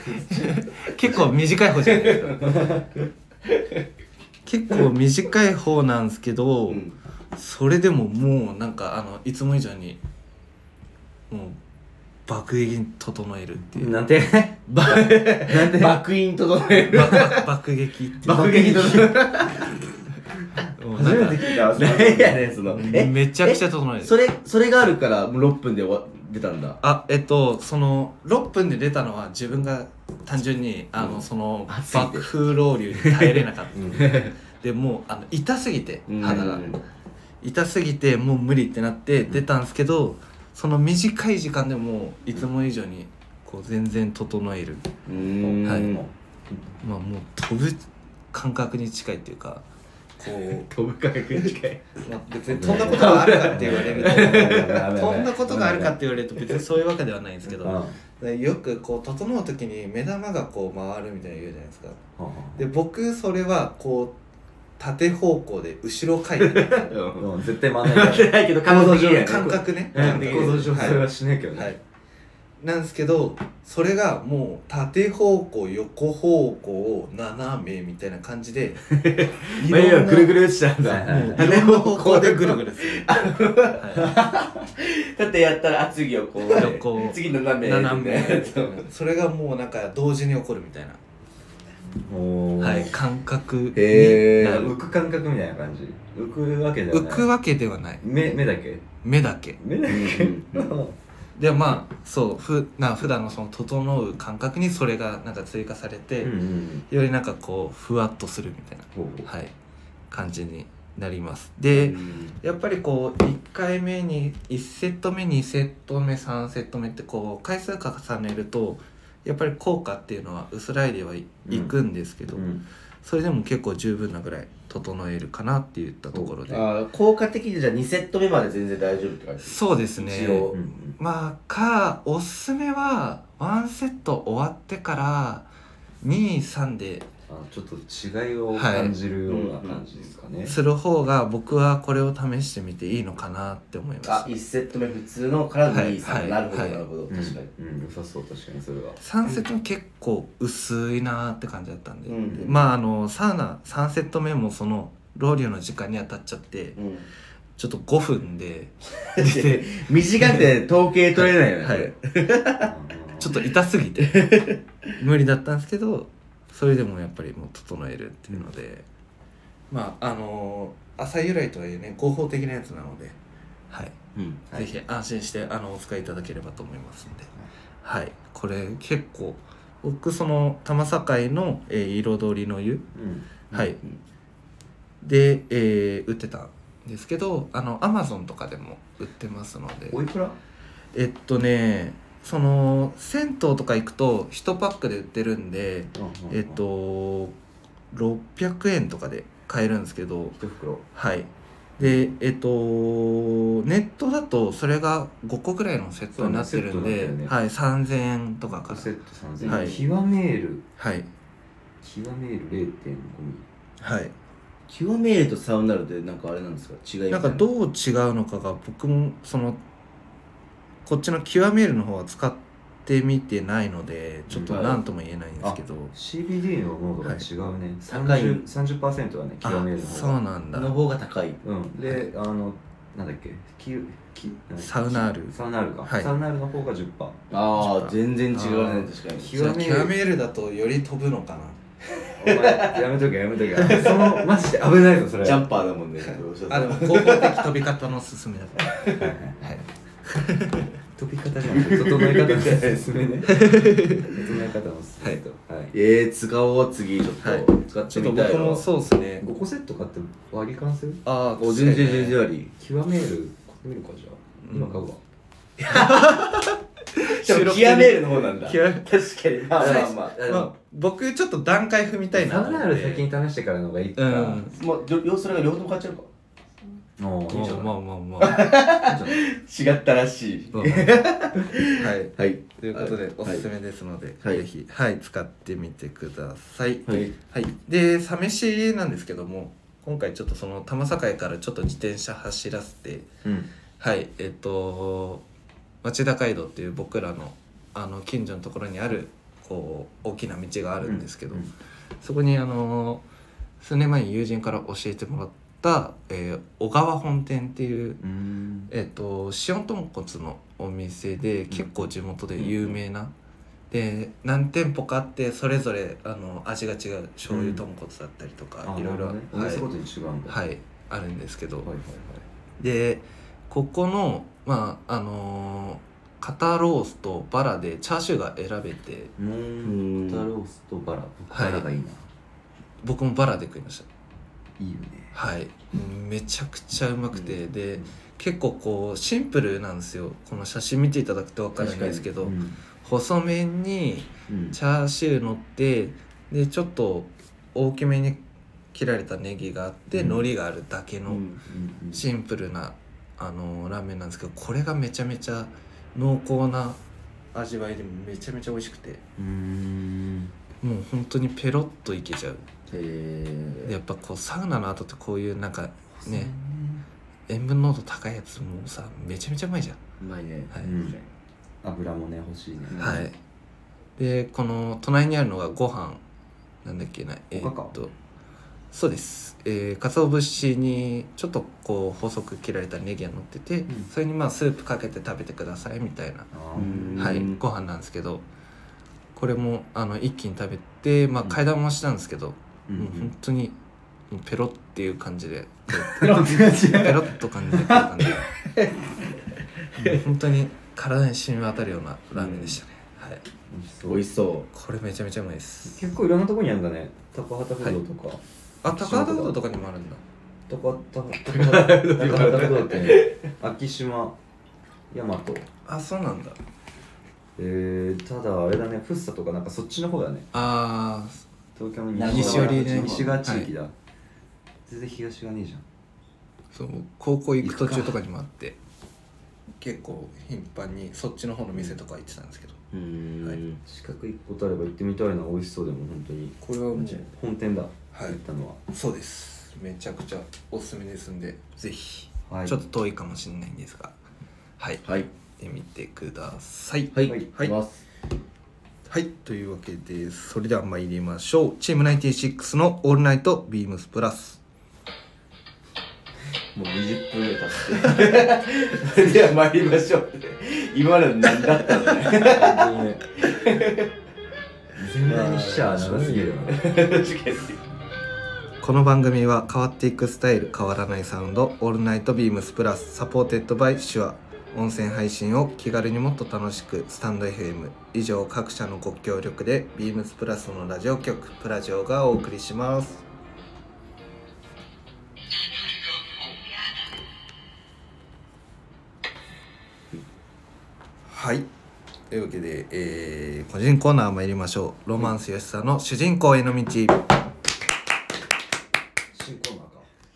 Speaker 1: 結構短い方じゃないですか結構短い方なんですけど、
Speaker 2: うん
Speaker 1: それでももうなんかあのいつも以上にもう爆撃に整えるっていう
Speaker 3: なんてなんて
Speaker 2: 爆音整える
Speaker 1: ばば 爆撃っていう
Speaker 3: 爆撃だ
Speaker 1: もうな
Speaker 3: 初
Speaker 1: ん
Speaker 3: め
Speaker 1: か
Speaker 3: て聞いた そんなの
Speaker 2: 何やねんそのえ
Speaker 1: めちゃくちゃ整える
Speaker 2: それそれがあるからもう6分で終わ出たんだ
Speaker 1: あえっとその6分で出たのは自分が単純にあの、
Speaker 2: うん
Speaker 1: その
Speaker 2: 暑いって
Speaker 1: 爆風浪流に耐えれなかった
Speaker 3: うん
Speaker 1: でもうあの痛すぎて
Speaker 2: うん
Speaker 1: 肌が、
Speaker 2: うん
Speaker 1: 痛すぎてもう無理ってなって出たんですけど、その短い時間でもういつも以上にこう全然整える、
Speaker 2: うーん
Speaker 1: はいまあもう飛ぶ感覚に近いっていうかこう、
Speaker 2: 飛ぶ感覚に近い
Speaker 1: まあ、別に飛んだことがあるかって言われ ると飛
Speaker 3: 飛
Speaker 1: んだことがあるかって言われると別にそういうわけではないんですけ
Speaker 3: うん
Speaker 1: どでよくこう整う時に目玉がこう回るみたいなの言うじゃないですかで
Speaker 3: で
Speaker 1: 僕それはこう縦方向で後ろ回転なんですよ
Speaker 3: うん絶対回んないから
Speaker 2: ないけど
Speaker 3: 構造上ね
Speaker 1: 感覚ね
Speaker 3: うん
Speaker 1: 感覚
Speaker 3: 構造上それはしないけど
Speaker 1: はい
Speaker 3: ね、
Speaker 1: なんですけどそれがもう縦方向横方向斜めみたいな感じでい
Speaker 2: まあいい
Speaker 1: ろ
Speaker 2: よ
Speaker 1: んな
Speaker 2: ぐるぐるしちゃうん
Speaker 3: はい
Speaker 2: だ
Speaker 3: はい
Speaker 1: もういろんな方向でぐるぐるする、は
Speaker 2: だってやったらあ次をこう
Speaker 1: 横
Speaker 2: 次斜
Speaker 1: い、
Speaker 2: め
Speaker 1: 斜め
Speaker 2: そう
Speaker 1: それがもうなんか同時に起こるみたいな、
Speaker 3: おー
Speaker 1: はい、感覚に
Speaker 2: へー
Speaker 1: な
Speaker 3: 浮
Speaker 1: る
Speaker 3: く感覚みたいな感じ浮くわけじゃない
Speaker 1: 浮くわけではない
Speaker 3: 目目だけ
Speaker 1: 目だけ
Speaker 3: 目だけうん
Speaker 1: でまあそうふな普段のその整う感覚にそれがなんか追加されて、
Speaker 3: うん
Speaker 1: よりなんかこうふわっとするみたいな
Speaker 3: ほう
Speaker 1: はい、感じになりますで、やっぱりこう1回目に1セット目2セット目3セット目ってこう回数重ねるとやっぱり効果っていうのは薄らいではいいくんですけど、
Speaker 3: うん
Speaker 1: それでも結構十分なぐらい整えるかなって言ったところで、
Speaker 2: あー効果的でじゃあ2セット目まで全然大丈夫って感じ
Speaker 1: そうですね
Speaker 2: 一応
Speaker 3: うん
Speaker 1: まあかおすすめは1セット終わってから23で
Speaker 3: あちょっと違いを感じるような感じですかね
Speaker 1: する方が僕はこれを試してみていいのかなって思います
Speaker 2: あ1セット目普通のからの2
Speaker 1: はいは
Speaker 2: 3
Speaker 1: い
Speaker 2: なるほど
Speaker 1: はい
Speaker 2: なるほど
Speaker 3: うん
Speaker 2: 確かに
Speaker 3: うん良さそう確かにそれは
Speaker 1: 3セット目結構薄いなーって感じだったんで、
Speaker 2: うん
Speaker 1: まああのサウナ3セット目もそのロウリュの時間に当たっちゃって
Speaker 2: うん
Speaker 1: ちょっと5分で出て
Speaker 2: 短くて統計取れないよね
Speaker 1: はいちょっと痛すぎて 無理だったんですけどそれでもやっぱりもう整えるっていうので、まああのー朝由来とはいえね合法的なやつなので、はい
Speaker 2: うん
Speaker 1: ぜひ安心してあのお使いいただければと思いますんで、はい、これ結構僕その玉境の、えー彩りの湯
Speaker 3: うん
Speaker 1: はいで、えー売ってたんですけどあのアマゾンとかでも売ってますので
Speaker 3: おいくら
Speaker 1: えっとねその銭湯とか行くと1パックで売ってるんでえっと600円とかで買えるんですけど
Speaker 3: 一袋
Speaker 1: はいでえっとネットだとそれが5個ぐらいのセットになってるん
Speaker 3: そうねセ
Speaker 1: で
Speaker 3: ットなんだよね
Speaker 1: はい、3000円とかか
Speaker 3: カ
Speaker 1: ら
Speaker 3: セット3000円、
Speaker 1: はい
Speaker 3: 極めール
Speaker 1: はい
Speaker 3: 極めール0.5ミ
Speaker 1: はい
Speaker 2: 極めるとサウナルでなんかあれなんですか違い
Speaker 1: なんか
Speaker 2: う
Speaker 1: どう違うのかが僕もそのこっちの極めるの方は使っってみてないのでちょっと何とも言えないんですけど、
Speaker 3: CBD の濃度が違うね、
Speaker 2: 高い
Speaker 3: 30 30%はね
Speaker 1: あ
Speaker 3: 極めるの
Speaker 1: そう
Speaker 3: 方が
Speaker 1: なんだ
Speaker 2: の方が高い。
Speaker 3: うんであのなんだっけキウキなんだっけ
Speaker 1: サウナール
Speaker 3: サウナールか、
Speaker 1: はい
Speaker 3: サウナールの方が10%
Speaker 2: ああ、全然違
Speaker 1: あ
Speaker 2: うね、
Speaker 1: ー
Speaker 2: 確かに。
Speaker 1: じゃあ極めるだとより飛ぶのかな
Speaker 3: お前やめとけやめとけそのマジで危ないぞそれ
Speaker 2: ジャンパーだもんね。
Speaker 1: あでも合法的飛び方の勧めだからはい
Speaker 3: 飛び方じゃなくて整え方の説明ね整え方の説明とはい
Speaker 2: えー、使おう、次、ちょっと。
Speaker 1: はい
Speaker 2: 使って
Speaker 1: ちょっと
Speaker 2: みたい
Speaker 1: 僕
Speaker 2: わ
Speaker 1: もそうですね
Speaker 3: 5個セット買って割り勘する
Speaker 1: あ
Speaker 2: お全然全然あり。
Speaker 3: 極める買ってみるかじゃあ
Speaker 1: うん
Speaker 3: 今買うわ、
Speaker 2: でも極めるの方なんだ。
Speaker 1: 極め
Speaker 2: 確かに。まあまあまあ。
Speaker 1: まあ、僕ちょっと段階踏みたいな
Speaker 3: サ
Speaker 1: と
Speaker 3: ウ
Speaker 1: 思っ
Speaker 3: ナ
Speaker 1: て
Speaker 3: ール先に試してからの方がいいか
Speaker 1: う
Speaker 3: ら
Speaker 1: ん
Speaker 2: もう、両それが両方とも買っちゃうか。
Speaker 3: もう
Speaker 1: いいじゃんまあまあまあ
Speaker 2: 違ったらしい。
Speaker 1: はい
Speaker 2: はい。
Speaker 1: ということでおすすめですので、
Speaker 2: はい
Speaker 1: ぜひはい使ってみてください
Speaker 2: はい。
Speaker 1: はい、でサ飯なんですけども今回ちょっとその多摩境からちょっと自転車走らせて
Speaker 3: うん
Speaker 1: はいえっ、と町田街道っていう僕らのあの近所のところにあるこう大きな道があるんですけど、
Speaker 3: うん
Speaker 1: そこにあの数年前に友人から教えてもらった、えー小川本店っていう、
Speaker 3: うん
Speaker 1: えっと塩豚骨のお店で結構地元で有名な、で何店舗かあってそれぞれあの味が違う醤油豚骨だったりと か、
Speaker 3: あ
Speaker 1: いろいろ、
Speaker 3: なるほど
Speaker 1: は
Speaker 3: ね同
Speaker 1: い
Speaker 3: じことに違うんだ
Speaker 1: はいい、あるんですけど、
Speaker 3: はいはい
Speaker 1: でここのまああのー肩ロースとバラでチャーシューが選べて
Speaker 3: うーん豚ロースとバラ
Speaker 1: はい
Speaker 3: バラがいいな、
Speaker 1: 僕もバラで食いました
Speaker 3: い、いよね
Speaker 1: はいめちゃくちゃうまくて、で
Speaker 3: うん
Speaker 1: 結構こうシンプルなんですよこの写真見ていただくと分かるんですけど、細麺に
Speaker 3: うん
Speaker 1: チャーシュー乗ってでちょっと大きめに切られたネギがあって、
Speaker 3: うん
Speaker 1: 海苔があるだけの、
Speaker 3: うん
Speaker 1: シンプルなあのラーメンなんですけどこれがめちゃめちゃ濃厚な味わいでめちゃめちゃ美味しくて
Speaker 3: うん
Speaker 1: もう本当にペロッといけちゃうで
Speaker 2: え
Speaker 1: やっぱこうサウナの後ってこういうなんかね塩分濃度高いやつもさめちゃめちゃうまいじゃん、
Speaker 2: うまいね。
Speaker 1: はい
Speaker 3: うん油もね欲しいね
Speaker 2: うん
Speaker 1: はいでこの隣にあるのがご飯なんだっけなえーっとそうですえー、鰹節にちょっとこう細く切られたネギが乗ってて、
Speaker 3: ん
Speaker 1: それにまあスープかけて食べてくださいみたいな
Speaker 3: あ
Speaker 2: うん
Speaker 3: ー
Speaker 1: はい
Speaker 2: うん、
Speaker 1: ご飯なんですけどこれもあの一気に食べて、まあ、
Speaker 3: うん
Speaker 1: 階段もしたんですけど、
Speaker 3: う
Speaker 1: もう本当にもうペロっていう感じで
Speaker 3: ペロンって感じ
Speaker 1: ペロッと感じで食え たんでもう本当に体に染み渡るようなラーメンでしたね、はい、
Speaker 2: 美味しそ
Speaker 1: これめちゃめちゃうまいです
Speaker 3: 結構いろんなとこにあるんだね高畑不動とか、
Speaker 1: あ高畑うどんとかにもあるんだ
Speaker 3: 高 畑高畑高畑不動ってね昭島大和
Speaker 1: あそうなんだ
Speaker 3: えー、ただあれだね福生とかなんかそっちの方だね
Speaker 1: あ
Speaker 3: 東京の
Speaker 2: 西
Speaker 3: 側
Speaker 2: 寄りね
Speaker 3: 西側地域だ、全然東がねえじゃん
Speaker 1: ーそう高校行く途中とかにもあって結構頻繁にそっちの方の店とか行ってたんですけど
Speaker 2: う。う
Speaker 1: は
Speaker 2: ん。
Speaker 3: 近く行くことあれば行ってみたいな美味しそうでも本当に
Speaker 1: これはもう
Speaker 3: 本店だ、
Speaker 1: はい
Speaker 3: 行ったのは
Speaker 1: そうですめちゃくちゃおすすめですんでぜひ、
Speaker 3: はい
Speaker 1: ちょっと遠いかもしれないんですがはい行っ
Speaker 2: はい。
Speaker 1: てみてください
Speaker 2: はい。
Speaker 3: はい
Speaker 2: 行きます。
Speaker 1: はいというわけでそれでは参りましょうチーム96の「オールナイトビームスプラス
Speaker 2: もう20分ぐらい経って。そ れでは参りましょう。今の何だったのね。
Speaker 3: 本当にね全体にしちゃ長すぎるよな
Speaker 2: 確かに。」
Speaker 1: この番組は変わっていくスタイル変わらないサウンド「オールナイトビームスプラス」サポーテッドバイシュア音声配信を気軽にもっと楽しくスタンド FM 以上各社のご協力でビームスプラスのラジオ局プラジオがお送りしますはい。というわけで、えー個人コーナー参りましょう。ロマンス吉さんの主人公への道。
Speaker 3: 新コーナーか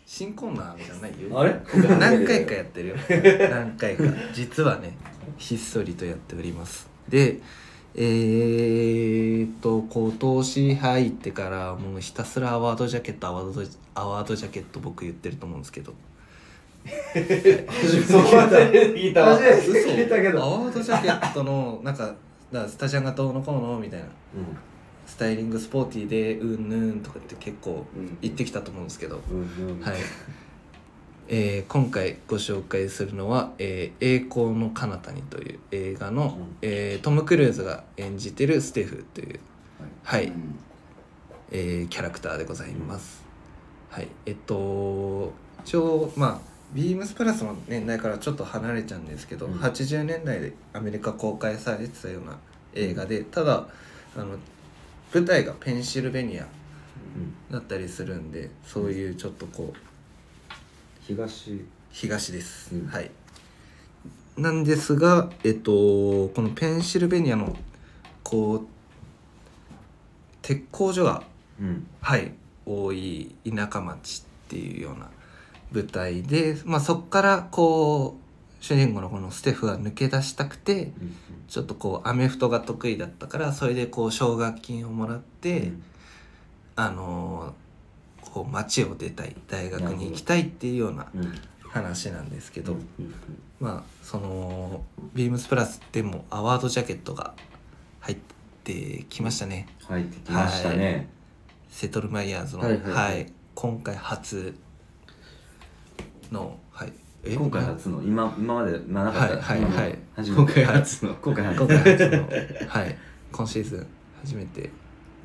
Speaker 1: 新コーナーじゃないよ。
Speaker 3: あれ
Speaker 1: 何回かやってるよ。何回か。実はね、ひっそりとやっております。で、えーっと、今年入ってから、もうひたすらアワードジャケット、アワードジアワードジャケット僕言ってると思うんですけど。
Speaker 2: そこまで聞いたわ。
Speaker 3: 初めて聞いたけ
Speaker 1: ア
Speaker 3: ど
Speaker 1: ワードジャケットの、なんか、だからスタジャンがどうのこうのみたいなスタイリングスポーティーでうんぬんとかって結構
Speaker 2: うん
Speaker 1: 言ってきたと思うんですけど、
Speaker 3: うんうん
Speaker 1: はいえー今回ご紹介するのは「えー栄光の彼方に」という映画の、
Speaker 3: うん
Speaker 1: えートム・クルーズが演じてるステフという、はい
Speaker 2: うん
Speaker 1: えーキャラクターでございます。はい、えっと一応まあビームスプラスの年代からちょっと離れちゃうんですけど、
Speaker 3: うん
Speaker 1: 80年代でアメリカ公開されてたような映画でただあの舞台がペンシルベニア
Speaker 3: うん
Speaker 1: だったりするんでそういうちょっとこう
Speaker 3: 東
Speaker 1: 東です、
Speaker 3: うん
Speaker 1: はいなんですがえっとこのペンシルベニアのこう鉄工所が
Speaker 3: うん
Speaker 1: はい多い田舎町っていうような舞台で、まあ、そこからこう主人公のこのステフが抜け出したくて
Speaker 3: うん
Speaker 1: ちょっとこうアメフトが得意だったからそれでこう奨学金をもらって、あのーこう町を出たい大学に行きたいっていうような
Speaker 3: うんうん
Speaker 1: 話なんですけど、
Speaker 3: うん
Speaker 1: まあそのビームスプラスでもアワードジャケットが入ってきましたね
Speaker 3: 入ってきましたね
Speaker 1: セトルマイヤーズの
Speaker 3: はいはいはい
Speaker 1: 今回初のはいえ
Speaker 3: 今回初の今今までまあなかった
Speaker 1: はいはいはい
Speaker 3: 初めて
Speaker 2: 今回初の
Speaker 3: 今回
Speaker 1: 今
Speaker 3: 初
Speaker 1: 回初の はい今シーズン初めて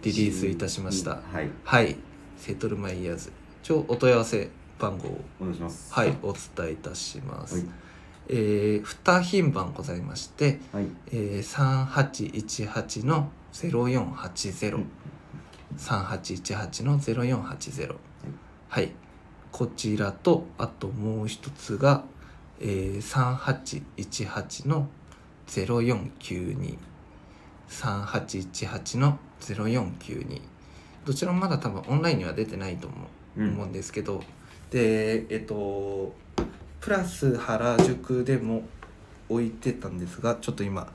Speaker 1: リリースいたしました
Speaker 3: はい
Speaker 1: はいセトルマイヤーズ一応お問い合わせ番号を
Speaker 3: お願いします
Speaker 1: はいお伝えいたします、
Speaker 3: はい
Speaker 1: えー、2品番ございまして
Speaker 3: はい
Speaker 1: えー、3818の0480、
Speaker 3: うん
Speaker 1: 3818の0480はいこちらとあともう一つが、えー、3818の0492 3818の0492どちらもまだ多分オンラインには出てないと思う
Speaker 3: うん
Speaker 1: 思うんですけど、でえっとプラス原宿でも置いてたんですがちょっと今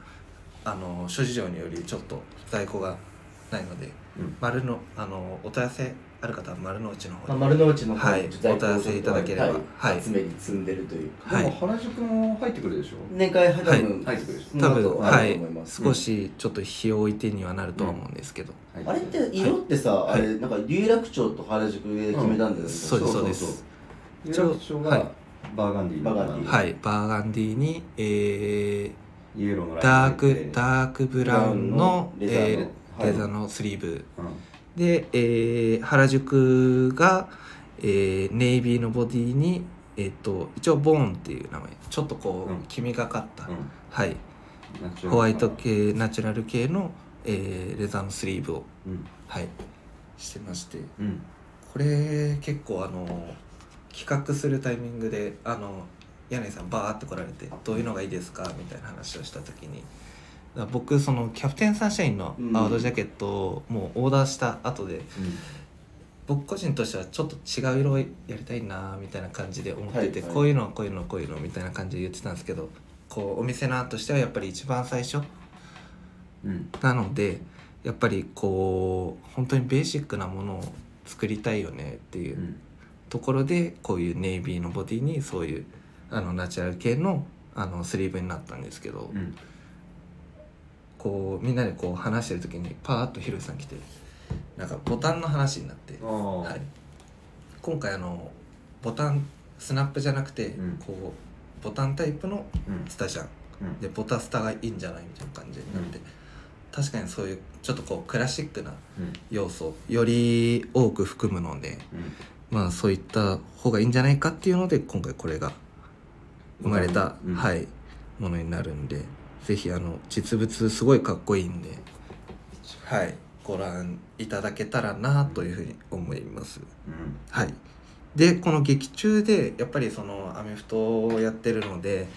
Speaker 1: あの諸事情によりちょっと在庫がないので、
Speaker 3: うん
Speaker 1: 丸のあのお問い合わせある方は丸の内の
Speaker 2: ま
Speaker 1: 方
Speaker 2: あ、
Speaker 1: に、
Speaker 2: 丸の内の
Speaker 1: は
Speaker 2: 方
Speaker 1: い
Speaker 2: に在
Speaker 1: お
Speaker 2: 庫を
Speaker 1: 問い合わせいただければ
Speaker 2: は
Speaker 1: はい
Speaker 2: い、集めに積んでるという
Speaker 1: はい
Speaker 3: でも原宿も入ってくるでしょ
Speaker 2: 年会派多分
Speaker 3: はい入ってくるでし
Speaker 1: 多
Speaker 2: そ
Speaker 1: 分
Speaker 2: の後あ
Speaker 1: は
Speaker 2: ると
Speaker 1: い
Speaker 2: 思います、
Speaker 1: 少しちょっと日を置いてにはなるとは思うんですけど、
Speaker 3: ょ
Speaker 2: あれって色ってさ、
Speaker 1: はい
Speaker 2: あれなんか有楽町と原宿で決めたんだよね、
Speaker 1: そうですそうです
Speaker 3: そうそう有楽町
Speaker 1: はい
Speaker 3: がバーガンディーの
Speaker 2: バーガンディ
Speaker 1: はいバーガンディーに、えー
Speaker 3: イエローのライン
Speaker 1: ダー
Speaker 3: 入
Speaker 1: ク
Speaker 3: って
Speaker 1: ダークブラウンの
Speaker 2: ブラウンのレザーの
Speaker 1: えーレザーのスリーブ
Speaker 3: うん
Speaker 1: で、えー原宿が、えーネイビーのボディに、えっと一応ボーンっていう名前ちょっとこう、
Speaker 3: うん
Speaker 1: 黄みがかった、
Speaker 3: うん
Speaker 1: はい、
Speaker 3: ナチュラル
Speaker 1: ホワイト系ナチュラル系の、えーレザーのスリーブを、
Speaker 3: うん
Speaker 1: はい、してまして
Speaker 3: うん
Speaker 1: これ結構あの企画するタイミングであの柳井さんバーって来られて「どういうのがいいですか?」みたいな話をした時にだから僕そのキャプテンサンシャインのアワードジャケットをもうオーダーした後で、僕個人としてはちょっと違う色をやりたいなみたいな感じで思ってて、
Speaker 2: はいはい
Speaker 1: こういうのはこういうのこういうのみたいな感じで言ってたんですけどこうお店の案としてはやっぱり一番最初
Speaker 3: うんうん
Speaker 1: なのでやっぱりこう本当にベーシックなものを作りたいよねっていううんところでこういうネイビーのボディにそういうあのナチュラル系のあのスリーブになったんですけど、
Speaker 3: うん
Speaker 1: こうみんなでこう話してる時にパーッとヒロシさん来てなんかボタンの話になって。
Speaker 3: ああ
Speaker 1: はい、今回あのボタンスナップじゃなくて、
Speaker 3: うん
Speaker 1: こうボタンタイプの
Speaker 3: うん
Speaker 1: スタジャン
Speaker 3: うん
Speaker 1: でボタスタがいいんじゃないみたいな感じになって、確かにそういうちょっとこうクラシックな
Speaker 3: うん
Speaker 1: 要素をより多く含むので
Speaker 3: うん
Speaker 1: まあそういった方がいいんじゃないかっていうので今回これが生まれた、
Speaker 3: うん
Speaker 1: はい、ものになるんで是非あの実物すごいかっこいいんで、はい、ご覧いただけたらなというふうに思います。
Speaker 3: うん
Speaker 1: はい、でこの劇中でやっぱりそのアメフトをやってるので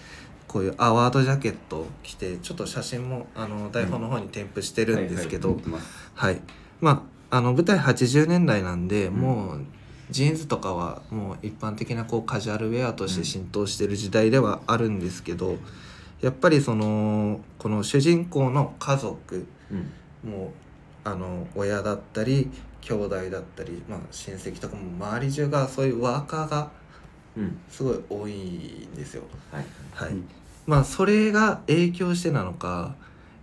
Speaker 1: こういうアワードジャケットを着てちょっと写真もあの台本の方に添付してるんですけど、
Speaker 3: 持ってます
Speaker 1: はい、まああの舞台80年代なんで、もうジーンズとかはもう一般的なこうカジュアルウェアとして浸透してる時代ではあるんですけど、やっぱりそのこの主人公の家族
Speaker 3: うん
Speaker 1: もうあの親だったり兄弟だったり、まあ、親戚とかも周り中がそういうワーカーが
Speaker 3: うん
Speaker 1: すごい多いんですよ。
Speaker 3: はい
Speaker 1: はい
Speaker 2: うん
Speaker 1: まあそれが影響してなのか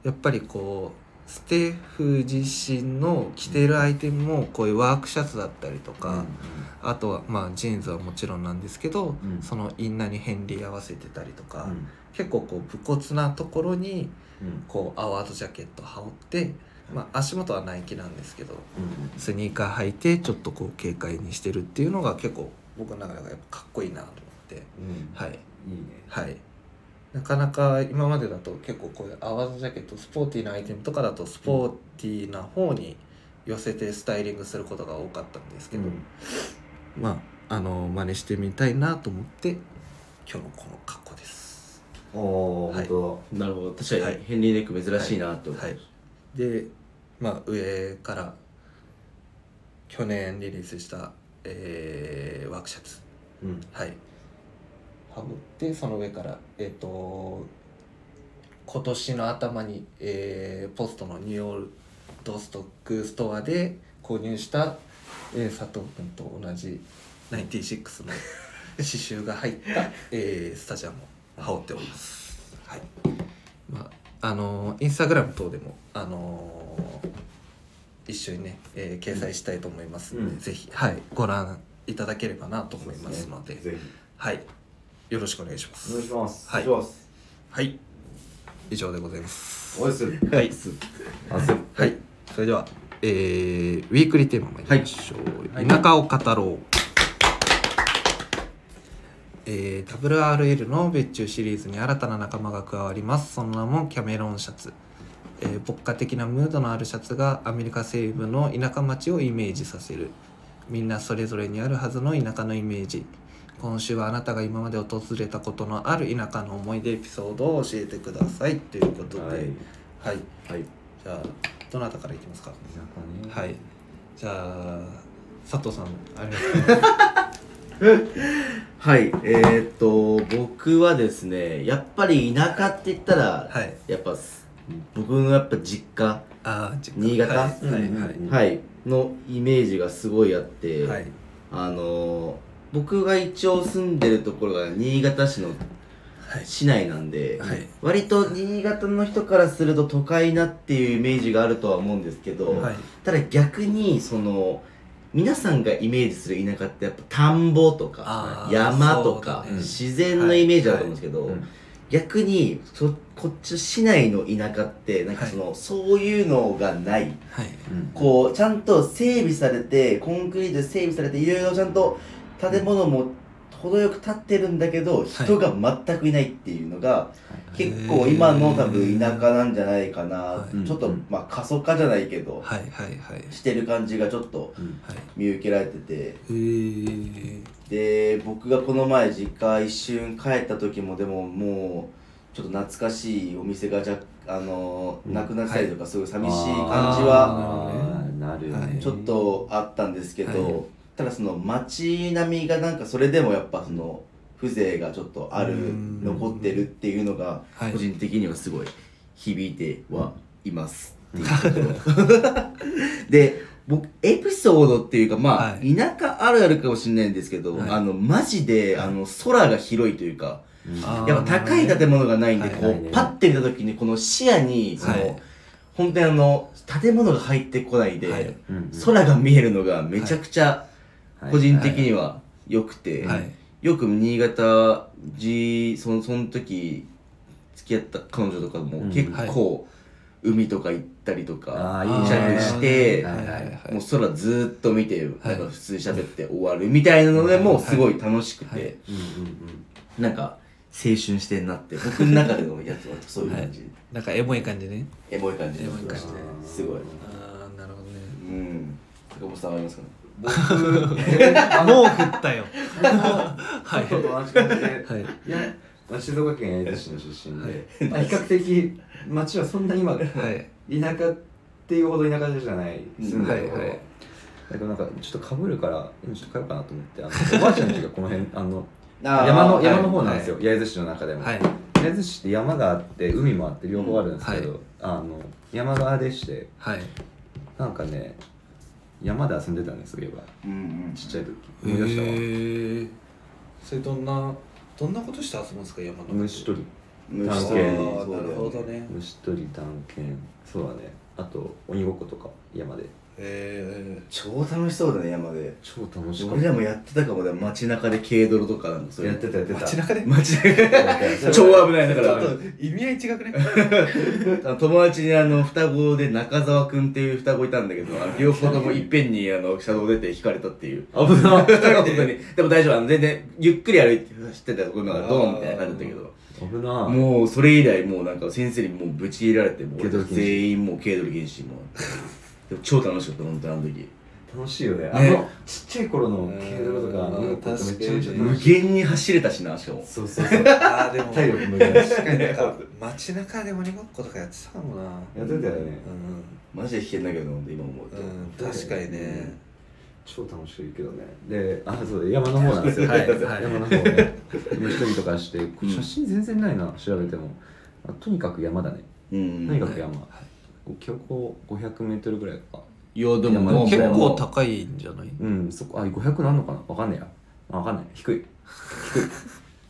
Speaker 1: やっぱりこうスタッフ自身の着てるアイテムもこういうワークシャツだったりとか、あとはまあジーンズはもちろんなんですけど、
Speaker 3: うん
Speaker 1: そのインナーに返り合わせてたりとか、
Speaker 3: うん
Speaker 1: 結構こう武骨なところに
Speaker 3: うん
Speaker 1: こうアワードジャケット羽織って、まあ、足元はナイキなんですけど
Speaker 3: うん
Speaker 1: スニーカー履いてちょっとこう軽快にしてるっていうのが結構僕の中ではやっぱかっこいいなと思って
Speaker 3: うん
Speaker 1: はい
Speaker 3: いいね
Speaker 1: はいなかなか今までだと結構こういうアワードジャケットスポーティーなアイテムとかだとスポーティーな方に寄せてスタイリングすることが多かったんですけど、まああの真似してみたいなと思って今日のこの格好です
Speaker 3: おお
Speaker 1: はい
Speaker 3: 本当
Speaker 2: なるほど確か
Speaker 1: は
Speaker 2: に
Speaker 1: い
Speaker 2: ヘンリー・ネック珍しいなと、
Speaker 1: はいでまあ上から去年リリースした、えーワークシャツ
Speaker 3: うん
Speaker 1: はい羽織ってその上からえっ、と今年の頭に、えーポストのニューオールドストックストアで購入した、えー佐藤君と同じ96の刺繍が入った、 えースタジアムを羽織っておりますはいまああのーインスタグラム等でもあのー一緒にね、えー掲載したいと思いますので、
Speaker 3: うん
Speaker 1: ぜひ、はい、ご覧いただければなと思いますので
Speaker 3: ぜ
Speaker 1: はいよろしくお願いしま
Speaker 3: ひお願い
Speaker 1: す
Speaker 3: します
Speaker 1: はい
Speaker 3: お願いします
Speaker 1: はい以上でございます
Speaker 3: おいする
Speaker 1: はい
Speaker 3: あする
Speaker 1: はい、それでは、えー、ウィークリーテーマ参りましょう、田舎を語ろう、えー、WRL の別注シリーズに新たな仲間が加わりますその名もキャメロンシャツえー、牧歌的なムードのあるシャツがアメリカ西部の田舎町をイメージさせるみんなそれぞれにあるはずの田舎のイメージ今週はあなたが今まで訪れたことのある田舎の思い出エピソードを教えてくださいということで、
Speaker 3: は
Speaker 1: は
Speaker 3: い
Speaker 1: い、
Speaker 3: はい
Speaker 1: じゃあどなたからいきますか
Speaker 3: 田舎ね
Speaker 1: はいじゃあ佐藤さんありがとう
Speaker 2: はい、えー、っと僕はですねやっぱり田舎って言ったら、
Speaker 1: はい
Speaker 2: やっぱす僕のやっぱ実家、
Speaker 1: あー
Speaker 2: 新潟
Speaker 1: はいはい
Speaker 3: うん
Speaker 1: はい
Speaker 3: うん
Speaker 2: はいのイメージがすごいあって、
Speaker 1: はい
Speaker 2: あのー僕が一応住んでるところが新潟市の
Speaker 1: はい
Speaker 2: 市内なんで、
Speaker 1: はい
Speaker 2: 割と新潟の人からすると都会なっていうイメージがあるとは思うんですけど、
Speaker 1: はい
Speaker 2: ただ逆にその皆さんがイメージする田舎ってやっぱ田んぼと
Speaker 1: あ
Speaker 2: か
Speaker 1: ー
Speaker 2: 山と
Speaker 1: そう
Speaker 2: か、
Speaker 1: だね
Speaker 2: 自然のイメージだと思うんですけど、
Speaker 3: うん
Speaker 2: 逆にそこっち市内の田舎ってなんかその、そういうのがない
Speaker 1: はい
Speaker 3: うん
Speaker 2: こうちゃんと整備されてコンクリートで整備されていろいろちゃんと建物も程よく建ってるんだけど人が全くいないっていうのが、結構今の多分田舎なんじゃないかな、
Speaker 1: はい
Speaker 2: ちょっと、
Speaker 3: うん
Speaker 2: まあ過疎化じゃないけど、
Speaker 1: はいはいはい
Speaker 2: してる感じがちょっと
Speaker 3: うん
Speaker 1: はい
Speaker 2: 見受けられてて
Speaker 1: えー、
Speaker 2: で僕がこの前実家一瞬帰った時もでももうちょっと懐かしいお店が若あのー
Speaker 3: うん
Speaker 2: なくなったりとかすごい寂しい感じは
Speaker 3: あーなるよ
Speaker 1: はい
Speaker 3: ね
Speaker 2: ちょっとあったんですけど、
Speaker 1: はい
Speaker 2: ただその街並みがなんかそれでもやっぱその風情がちょっとある
Speaker 1: うん
Speaker 2: 残ってるっていうのが
Speaker 1: はい
Speaker 2: 個人的にはすごい響いてはいますっていうところで僕エピソードっていうかまあ、
Speaker 1: はい
Speaker 2: 田舎あるあるかもしれないんですけど、
Speaker 1: はい
Speaker 2: あのマジであの空が広いというか
Speaker 3: うん
Speaker 1: あー
Speaker 2: やっぱ高い建物がないんで
Speaker 1: なる
Speaker 2: こ
Speaker 1: ほ
Speaker 3: ど
Speaker 2: う
Speaker 3: ねはい
Speaker 2: パッて見た時にこの視野にその、
Speaker 1: はい
Speaker 2: 本当にあの建物が入ってこないで、
Speaker 1: はい
Speaker 3: うんうん
Speaker 2: 空が見えるのがめちゃくちゃ個人的には良くて、
Speaker 1: はい
Speaker 2: よく新潟じそのその時付き合った彼女とか
Speaker 3: う
Speaker 2: も
Speaker 3: ん
Speaker 2: 結構海とか行ったりとか、
Speaker 3: あーいいね
Speaker 2: ジャグして
Speaker 1: はいはいはい
Speaker 2: もう空ずーっと見て、
Speaker 1: はい
Speaker 2: なんか普通に喋って終わるみたいなのでも
Speaker 1: は
Speaker 2: う
Speaker 1: い
Speaker 2: すごい楽しくて、
Speaker 1: はい
Speaker 3: うんうん
Speaker 2: なんか青春してんなって僕の中でのやつはそういう感じ、
Speaker 1: なんかエモい感じね
Speaker 2: エモい感じ
Speaker 1: エモい感じ
Speaker 2: すごい
Speaker 1: ああなるほどね
Speaker 2: うん坂本さんありますかね
Speaker 1: もう振ったよは
Speaker 3: うんちょっと
Speaker 1: い
Speaker 3: 同じ感じで
Speaker 1: はい
Speaker 3: いやまあ静岡県焼津市の出身
Speaker 1: は
Speaker 3: で、まあ比較的町はそんなに今田
Speaker 1: はい
Speaker 3: 舎っていうほど田舎じゃない住んだところ、
Speaker 1: はいはい
Speaker 3: だけどなんかちょっとかぶるから今ちょっと帰ろうかなと思ってあのおばあちゃん家がこの辺あの
Speaker 2: あー
Speaker 3: 山の
Speaker 2: はい
Speaker 3: 山の方なんですよ、焼津市の中でも、
Speaker 1: はい
Speaker 3: 焼津市って山があって海もあって両方あるんですけど、
Speaker 1: うんは
Speaker 3: あの山側でして
Speaker 1: はい
Speaker 3: なんかね山で遊んでたんですそういえば
Speaker 2: うんうん
Speaker 3: ちっちゃい時
Speaker 1: へ
Speaker 3: 思い出したわ
Speaker 1: ーそれどんなどんなことして遊ぶんですか山の
Speaker 3: 虫取り
Speaker 2: 虫
Speaker 3: 探
Speaker 2: と
Speaker 3: 検
Speaker 2: そ
Speaker 4: な
Speaker 2: うだよ
Speaker 4: る
Speaker 2: ね
Speaker 4: ほどね
Speaker 3: 虫取り探検そうだねあと鬼ごっことか山で
Speaker 4: え
Speaker 2: 超楽しそうだね山で
Speaker 3: 超楽しかっ
Speaker 2: 俺らもやってたかもね街中で軽泥とかなんか
Speaker 3: たやってたやって
Speaker 4: ー、
Speaker 3: た
Speaker 4: 街中で
Speaker 2: 街中で超危ないだから
Speaker 4: ちょっと意味合い違くね
Speaker 2: あの友達にあの双子で中澤くんっていう双子いたんだけどあの両方ともいっぺんにあの車道出て引かれたって いう
Speaker 3: 危な
Speaker 2: 本当にでも大丈夫あの全然ゆっくり歩いて走ってたところがドーンみたいな感じだったけど
Speaker 3: 危な
Speaker 2: もうそれ以来もうなんか先生にもうぶち入れられても
Speaker 3: 軽度
Speaker 2: う
Speaker 3: 禁止
Speaker 2: 全員もう軽度禁止もうでも超楽しかった本当にあの時
Speaker 3: 楽しいよねあ
Speaker 2: ね
Speaker 3: のちっちゃい頃の軽泥とか
Speaker 4: うん
Speaker 3: 鬼ごっことめちゃめちゃ
Speaker 2: 無
Speaker 3: 楽しい
Speaker 2: 限に走れたしなしかも
Speaker 3: そうそうそう
Speaker 4: ああでも
Speaker 3: 体力無限やって
Speaker 4: 確かになんか街中で鬼ごっことかやってたもんな
Speaker 3: たよね
Speaker 4: う
Speaker 2: マジで危険だけどな本当今思うと、
Speaker 4: ん、うん、確かにね
Speaker 3: 超楽しいけどねであそうだ山の方なんですよ、
Speaker 1: はいはい
Speaker 3: 山の方 ね虫取りとかして
Speaker 2: ん
Speaker 3: 写真全然ないな調べてもあとにかく山だね
Speaker 2: うん
Speaker 3: とにかく山、標高500メートルぐらいか
Speaker 1: いやで
Speaker 3: いやまあ
Speaker 1: も結
Speaker 3: でも
Speaker 1: 構高いんじゃない
Speaker 3: うんそこあ500なんのかなわかんないやあわかんない低い 低い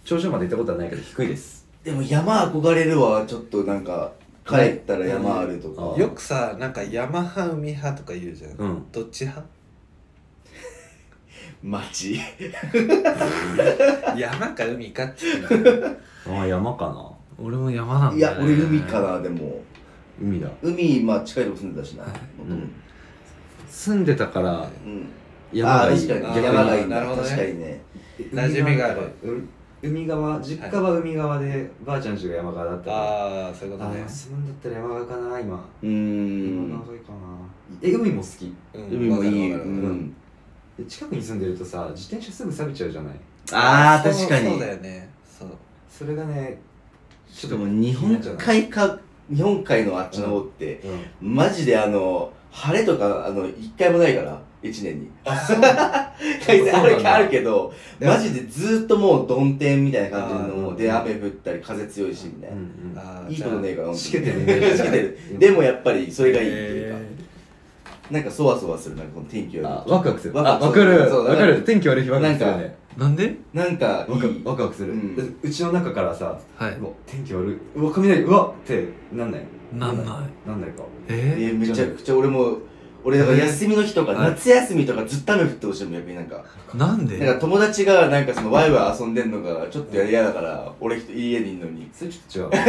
Speaker 3: 頂上まで行ったことはないけど低いです
Speaker 2: でも山憧れるわちょっとなんか帰ったら山あるとか、
Speaker 3: うん
Speaker 4: よくさなんか山派海派とか言うじゃん、
Speaker 3: うん
Speaker 4: どっち派
Speaker 2: 街
Speaker 4: 山か海かって言ってる
Speaker 3: あ山かな
Speaker 1: 俺も山なんだ、ね、
Speaker 2: いや俺海かなでも
Speaker 3: 海だ
Speaker 2: 海まあ近いとこ住んでたしな、
Speaker 1: はい
Speaker 2: うん
Speaker 3: 住んでたから
Speaker 2: うん、
Speaker 3: 山
Speaker 2: ああ
Speaker 3: がいい
Speaker 2: 確か
Speaker 4: あ
Speaker 2: に
Speaker 4: ー
Speaker 3: 逆
Speaker 2: 山がいい
Speaker 4: な
Speaker 2: な
Speaker 4: るほどね
Speaker 2: 確かにね
Speaker 4: 馴染みがある
Speaker 3: うん海側実家は海側でばあちゃん家が山側だったから
Speaker 4: ああそういうこと
Speaker 3: あ
Speaker 4: ね
Speaker 3: あ住んだったら山側かな今
Speaker 2: うー
Speaker 3: 山
Speaker 2: ん
Speaker 3: 側がいいかなえ海も好き
Speaker 4: うん
Speaker 2: 海もいい、
Speaker 4: わか
Speaker 2: う
Speaker 4: るわかる
Speaker 2: ん、
Speaker 3: で近くに住んでるとさ自転車すぐ錆びちゃうじゃない
Speaker 2: ああ
Speaker 4: そう
Speaker 2: 確か
Speaker 4: そう
Speaker 2: に
Speaker 4: だよねそう
Speaker 3: それがね
Speaker 2: しかも日本
Speaker 3: い、
Speaker 2: 海か日本海のあっちの方って、
Speaker 3: うん
Speaker 2: マジであの晴れとかあの一回もないから一年に
Speaker 4: あそう
Speaker 2: 改善あ
Speaker 3: そうなん
Speaker 2: る
Speaker 3: だ
Speaker 2: あるけど
Speaker 4: でも
Speaker 2: マジでずっともう曇天みたいな感じ
Speaker 3: あー
Speaker 2: ので雨降ったり風強いしみたいな、
Speaker 3: うんうん
Speaker 4: あー
Speaker 2: いいことねえから
Speaker 3: しけてるね
Speaker 2: しけてるでもやっぱりそれがいいというか、なんかそわそわするなんかこの天気より
Speaker 3: あワクワクする
Speaker 2: ワクワク
Speaker 3: あわかる
Speaker 2: そう
Speaker 3: わかる天気悪い日ワクワクするよね
Speaker 1: なんで
Speaker 2: なんかい
Speaker 3: ワク
Speaker 2: い
Speaker 3: ワクワクする、
Speaker 2: うん
Speaker 3: だってうちの中からさ
Speaker 1: はい
Speaker 3: もう天気悪いうわ雷うわってなんない
Speaker 1: なんない
Speaker 3: なんないか
Speaker 1: え
Speaker 2: えめちゃくちゃ俺も俺だから休みの日とか
Speaker 1: はい
Speaker 2: 夏休みとかずっと雨降ってほしいもん逆になんか
Speaker 1: ー、なん
Speaker 2: なんか
Speaker 1: で
Speaker 2: 友達がなんかそのワイワイ遊んでんのがちょっと嫌だから俺一人家にいるのに
Speaker 3: それちょっと違う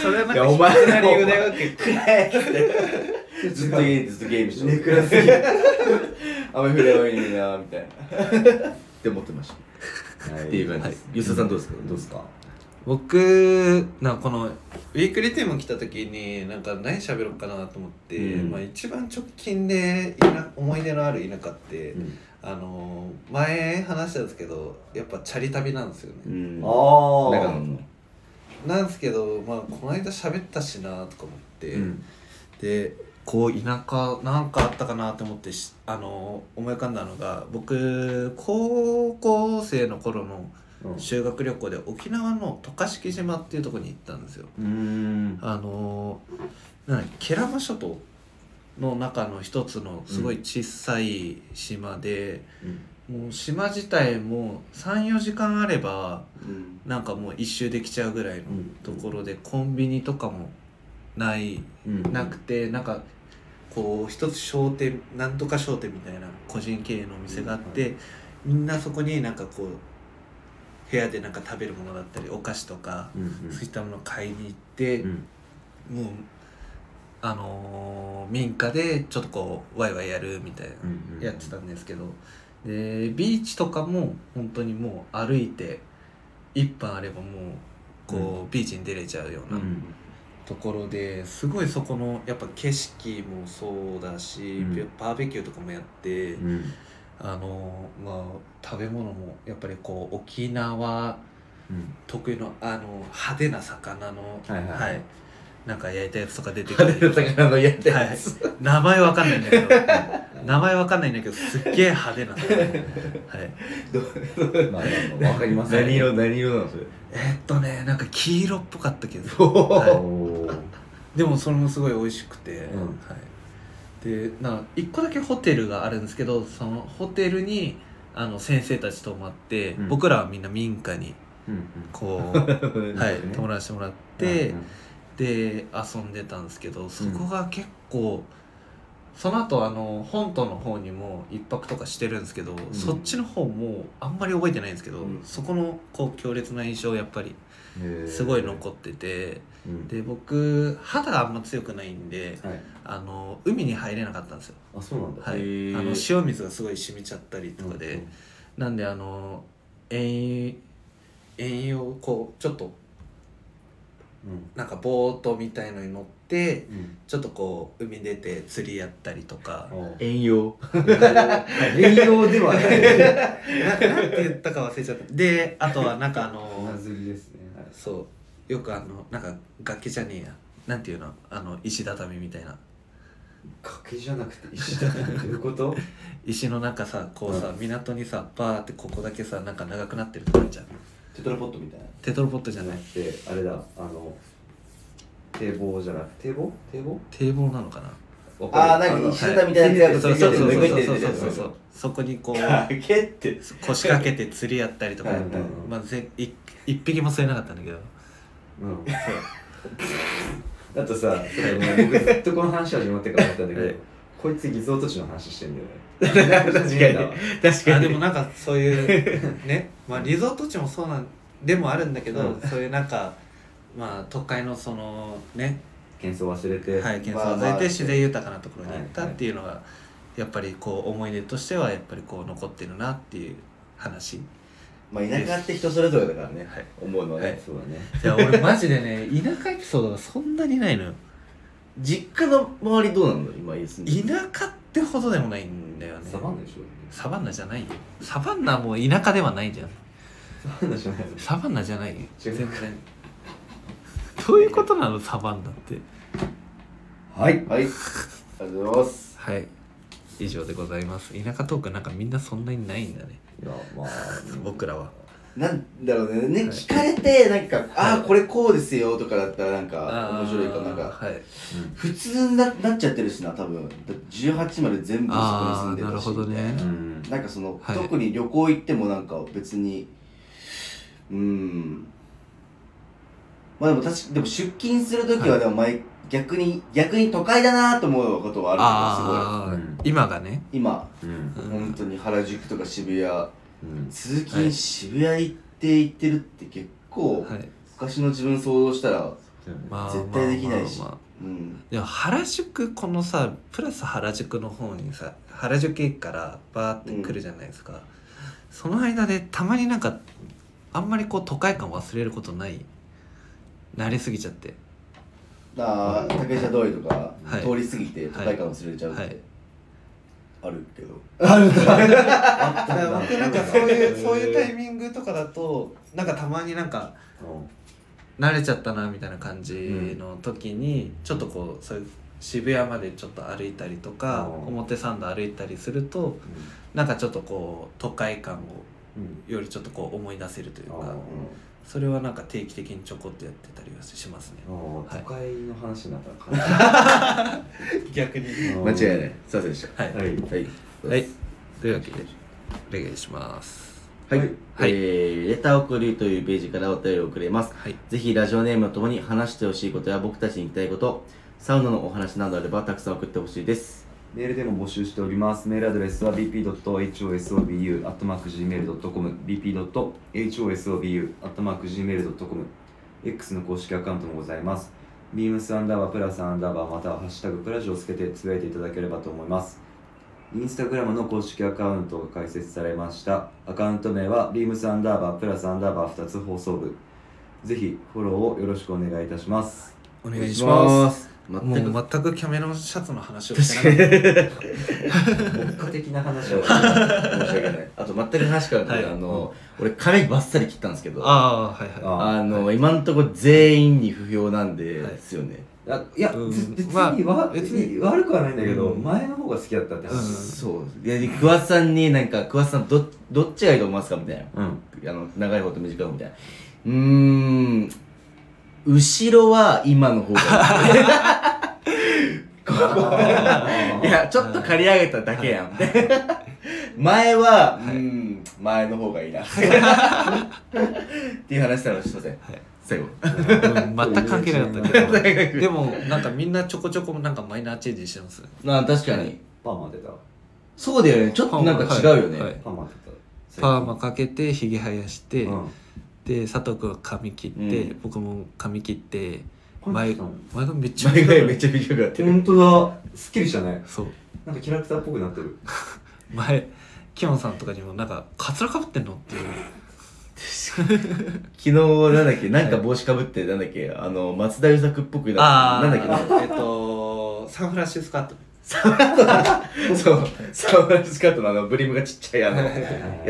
Speaker 4: それはなん
Speaker 2: い
Speaker 4: か
Speaker 2: やお前
Speaker 4: 引きずられるだよ結構
Speaker 2: 暗いずっと家にずっとゲームして
Speaker 3: ネク ラすぎるは
Speaker 2: 雨降ればいいのになみたいなって思ってましたっていう感じです吉田さんどうですか
Speaker 3: どうですか
Speaker 1: 僕なんかこの
Speaker 4: ウィークリーテーマ来た時になんか何喋ろうかなと思って、
Speaker 3: うん
Speaker 4: まあ、一番直近でいな思い出のある田舎って、
Speaker 3: うん
Speaker 4: あのー前話したんですけどやっぱチャリ旅なんですよね、
Speaker 2: ん
Speaker 3: ああ
Speaker 2: 長野の
Speaker 4: なんですけど、まあ、この間喋ったしなとか思って、
Speaker 3: うん
Speaker 1: でこう田舎なんかあったかなと思ってしあの思い浮かんだのが僕高校生の頃の
Speaker 3: うん
Speaker 1: 修学旅行で沖縄の渡嘉敷島っていうところに行ったんですよ。
Speaker 3: うーん
Speaker 1: あのーなんだっけ慶良間諸島の中の一つのすごい小さい島で、もう島自体も34時間あれば
Speaker 2: うん
Speaker 1: なんかもう一周できちゃうぐらいの
Speaker 3: うん
Speaker 1: ところで、コンビニとかもない
Speaker 3: うん
Speaker 1: なくてなんかこう一つ商店なんとか商店みたいな個人経営のお店があって、みんなそこになんかこう部屋でなんか食べるものだったりお菓子とか、
Speaker 3: うん
Speaker 1: そういったものを買いに行って、
Speaker 3: うんうん
Speaker 1: もうあのー民家でちょっとこうワイワイやるみたいな、
Speaker 3: うん
Speaker 1: やってたんですけどでビーチとかも本当にもう歩いて1分あればもうこう、ビーチに出れちゃうような
Speaker 3: う
Speaker 1: んところですごいそこのやっぱ景色もそうだし、
Speaker 3: うん
Speaker 1: バーベキューとかもやって、
Speaker 3: うん
Speaker 1: あのまあ食べ物もやっぱりこう沖縄
Speaker 3: うん
Speaker 1: 特有のあの派手な魚の
Speaker 3: はいはいはい
Speaker 1: なんか焼いたやつとか出てきて
Speaker 2: 魚のや って
Speaker 1: はい
Speaker 2: やつ
Speaker 1: 名前わかんないんだけど名前わかんないんだけどすっげえ派手な 魚、はい、
Speaker 3: まあまあわかります
Speaker 2: 何色何色なのそれ
Speaker 1: えーっとねなんか黄色っぽかったけど
Speaker 3: お
Speaker 1: はい
Speaker 3: ー
Speaker 1: でもそれもすごい美味しくて、
Speaker 3: うん
Speaker 1: はい、でなんか1個だけホテルがあるんですけどそのホテルにあの先生たち泊まって、
Speaker 3: うん
Speaker 1: 僕らはみんな民家に
Speaker 3: うん
Speaker 1: こう、
Speaker 2: うん
Speaker 1: はい
Speaker 3: うん
Speaker 1: 友達してもらって、
Speaker 3: うん
Speaker 1: で遊んでたんですけどそこが結構、その後あの本島の方にも一泊とかしてるんですけど、
Speaker 3: ん
Speaker 1: そっちの方もあんまり覚えてないんですけど、
Speaker 2: うん
Speaker 1: そこのこう強烈な印象やっぱり
Speaker 3: へー
Speaker 1: すごい残ってて、
Speaker 3: うん
Speaker 1: で僕肌があんま強くないんで
Speaker 3: はい
Speaker 1: あの海に入れなかったんですよ、
Speaker 3: あそうなんだ
Speaker 1: はい、あ
Speaker 2: へー
Speaker 1: の塩水がすごい染みちゃったりとかで、
Speaker 3: うん
Speaker 1: なんであの遠遠をこうちょっと
Speaker 3: うん
Speaker 1: なんかボートみたいのに乗って
Speaker 3: うん
Speaker 1: ちょっとこう海出て釣りやったりとか
Speaker 3: お
Speaker 2: 遠洋
Speaker 3: 栄養ではない
Speaker 1: ななんて言ったか忘れちゃったであとはなんかあの
Speaker 3: おずりですねはい
Speaker 1: そうよくあのなんか崖じゃねえやなんていうのあの石畳みたいな
Speaker 3: 崖じゃなくて石だねどういうこと
Speaker 1: 石の中さこうさ、港にさバーってここだけさなんか長くなってるとこあるじゃん
Speaker 2: テトラポットみたいな
Speaker 1: テトロポットじ
Speaker 3: じ
Speaker 1: ゃ
Speaker 3: ゃ
Speaker 1: な
Speaker 3: ないくてあれだあの堤防じゃなく堤防堤防
Speaker 1: 堤防なのかな
Speaker 3: わかる
Speaker 2: あーなんか石畳みたいなやつ
Speaker 1: そう
Speaker 2: がつい
Speaker 1: そ
Speaker 2: て
Speaker 1: うそう
Speaker 2: る
Speaker 1: そう
Speaker 2: 動いて
Speaker 1: そう
Speaker 2: る
Speaker 1: そう
Speaker 2: や
Speaker 1: そうそこにこう
Speaker 2: つけって
Speaker 1: 腰掛けて釣りやったりとか、
Speaker 2: はい
Speaker 3: はいはい
Speaker 1: まあ、ぜ一一匹も釣れなかったんだけど
Speaker 3: うんだとさ、それもう僕ずっとこの話始まってから思ったんだけ
Speaker 1: はい
Speaker 3: ど、こいつリゾート地の話してんだよね。確か
Speaker 2: 確
Speaker 1: あでもなんかそういうね、まあ、リゾート地もそうなんでもあるんだけど、
Speaker 3: うん
Speaker 1: そういうなんかまあ都会のそのね
Speaker 3: 喧騒忘れて、
Speaker 1: はい喧
Speaker 2: まあ
Speaker 1: 騒
Speaker 2: まあ
Speaker 1: されて自然豊かなところに行ったっていうのがやっぱりこう思い出としてはやっぱりこう残ってるなっていう話
Speaker 2: まあ田舎って人それぞれだからね
Speaker 1: はい
Speaker 2: 思うのは
Speaker 1: はい
Speaker 2: ね
Speaker 3: そうだね。
Speaker 1: いや俺マジでね田舎エピソードがそんなにないのよ
Speaker 2: 実家の周りどうなんの今家住んでる
Speaker 1: 田舎ってほどでもないんだよね
Speaker 3: サバンナでしょ
Speaker 1: サバンナじゃないよサバンナも田舎ではないじゃん
Speaker 3: サバンナじゃないの
Speaker 1: サバンナじゃないよ
Speaker 3: 違う
Speaker 1: 全然どういうことなのサバンナって
Speaker 3: はい。
Speaker 2: はいありがとうございます
Speaker 1: はい以上でございます田舎トークなんかみんなそんなにないんだね
Speaker 3: いや、まあ、
Speaker 1: 僕らは
Speaker 2: なんだろうねね
Speaker 1: はい
Speaker 2: 聞かれてなんかあ
Speaker 1: は
Speaker 2: あ
Speaker 1: い
Speaker 2: これこうですよとかだったらなんか面白いかなんか
Speaker 1: はい
Speaker 2: 普通にななっちゃってるしな多分だって18まで全部そこに住んでた
Speaker 1: あーな
Speaker 2: し
Speaker 1: るほどね
Speaker 3: うん。
Speaker 2: なんかその、
Speaker 1: はい
Speaker 2: 特に旅行行ってもなんか別にうーんまあでも確かでも出勤する時
Speaker 1: は
Speaker 2: はいでも前、逆に逆に都会だなと思うことはある
Speaker 1: ああ
Speaker 3: る
Speaker 1: ー
Speaker 3: すご
Speaker 1: 今がね
Speaker 2: けどすごい今、
Speaker 3: うん。
Speaker 1: うん
Speaker 2: 本当に原宿とか渋谷
Speaker 3: うん。
Speaker 2: 通
Speaker 1: は
Speaker 2: 勤
Speaker 1: い
Speaker 2: 渋谷行って行ってるって結構、
Speaker 1: はい
Speaker 2: 昔の自分想像したら
Speaker 1: まあ
Speaker 2: 絶対できないし
Speaker 1: まあまあまあ
Speaker 2: うん
Speaker 1: でも原宿このさプラス原宿の方にさ原宿駅からバーって来るじゃないですか、その間でたまになんかあんまりこう都会感忘れることない慣れすぎちゃって
Speaker 2: あー竹下通りとか、
Speaker 1: はい
Speaker 2: 通り過ぎて都会感忘れちゃうって、
Speaker 1: はい
Speaker 2: あるけど
Speaker 3: あ
Speaker 1: だから僕なんかそういうそういうタイミングとかだとなんかたまになんか慣れちゃったなみたいな感じの時に、ちょっとこうそういう渋谷までちょっと歩いたりとか、
Speaker 3: うん
Speaker 1: 表参道歩いたりするとなんかちょっとこう都会感を
Speaker 3: うん。
Speaker 1: よりちょっとこう思い出せるという
Speaker 3: あ
Speaker 1: かそれはなんか定期的にちょこっとやってたりはしますね
Speaker 3: ーあー、都会の話になったら
Speaker 1: 逆に
Speaker 3: 感じ。
Speaker 2: ないすいませんでし
Speaker 1: はい、
Speaker 3: はい。
Speaker 2: はい
Speaker 1: はい、というわけでお願いします
Speaker 2: はい、
Speaker 3: はい
Speaker 1: はい
Speaker 2: えーレターを送るというページからお便りをくれます。
Speaker 1: はい
Speaker 2: ぜひラジオネームとともに話してほしいことや僕たちに聞きたいこと、サウナのお話などあればたくさん送ってほしいです。
Speaker 3: メールでも募集しております。メールアドレスは bp.hosobu.gmail.com bp.hosobu.gmail.com X の公式アカウントもございます。beams アンダーバープラスアンダーバーまたはハッシュタグプラジをつけてつぶやいていただければと思います。インスタグラムの公式アカウントが開設されました。アカウント名は beams アンダーバープラスアンダーバー2つ放送部。ぜひフォローをよろしくお願いいたし ます。
Speaker 1: お願いします
Speaker 2: す。
Speaker 1: も
Speaker 2: 全く
Speaker 1: う全くキャメロンシャツの話をしてなかった
Speaker 3: 文化的な話を。
Speaker 2: 申し訳ない。 あと全く話から
Speaker 1: はい
Speaker 2: あの、俺髪バッサリ切ったんですけど、あ
Speaker 1: ああはいはい
Speaker 3: あ
Speaker 2: の、今んとこ全員に不評なんで、
Speaker 1: はい
Speaker 2: ですよね。
Speaker 3: あいや、
Speaker 1: うん
Speaker 3: 別別に
Speaker 1: まあ
Speaker 3: わ
Speaker 1: 別
Speaker 3: 別
Speaker 1: に
Speaker 3: に悪くはないんだけど、
Speaker 1: うん
Speaker 3: 前の方が好きだったって話。
Speaker 2: そう。で、桑田さんになんか、桑田さんど、どっちがいいと思いますかみたいな。
Speaker 3: うん。
Speaker 2: あの長い方と短い方みたいなうーん後ろは今の方がい い いやちょっと借り上げただけやん前は、うーんうん、前の方がいいな。っていう話なので、すいません。
Speaker 1: い
Speaker 2: 最後。
Speaker 1: うん全く関係なかったけど
Speaker 2: 大学
Speaker 1: でもなんかみんなちょこちょこなんかマイナーチェンジしてますね
Speaker 2: まあ、確かに。
Speaker 3: パーマ出た
Speaker 2: そうだよね。ちょっとなんか違うよね。
Speaker 1: はいはい
Speaker 3: パーマ出た
Speaker 1: パーマかけてひげ生やして、
Speaker 3: うん
Speaker 1: で佐藤君は髪切って、
Speaker 2: うん
Speaker 1: 僕も髪切って
Speaker 3: パン
Speaker 1: 前
Speaker 3: チしたの
Speaker 1: 前髪めっちゃ
Speaker 2: 前ぐらいめっ
Speaker 1: ち
Speaker 2: ちゃ短くなってる。
Speaker 3: 本当だすっきりしたね
Speaker 1: ゃそう
Speaker 3: なんかキャラクターっぽくなってる
Speaker 1: 前キヨンさんとかにもなんかカツラかぶってんのっていう
Speaker 2: 昨日、なんだっけ、なんか帽子かぶって、なんだっけ、あの、松田優作っぽくな
Speaker 1: あ
Speaker 2: っ
Speaker 1: ー
Speaker 2: て、なんだっ
Speaker 4: え
Speaker 2: け
Speaker 4: っとサンフランシスコアット
Speaker 2: な、そう、サンフランシスカートのあの、ブリムがちっちゃいあの、や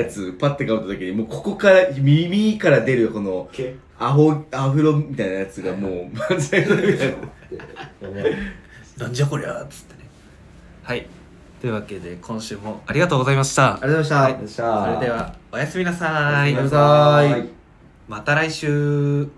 Speaker 2: つ、パッてかぶった時に、もうここから、耳から出る、この、
Speaker 3: け
Speaker 2: アホ、アフロみたいなやつがもう、松田優作みたいな。
Speaker 1: なんじゃこりゃっつってねはいというわけで今週もありがとうございました
Speaker 2: ありがとうござ
Speaker 1: はい
Speaker 2: いました。
Speaker 3: よっしゃ
Speaker 1: そ
Speaker 3: ー
Speaker 1: れではおやすみな
Speaker 3: お
Speaker 1: さ
Speaker 3: や
Speaker 1: い
Speaker 3: すみな
Speaker 2: さい
Speaker 1: また来週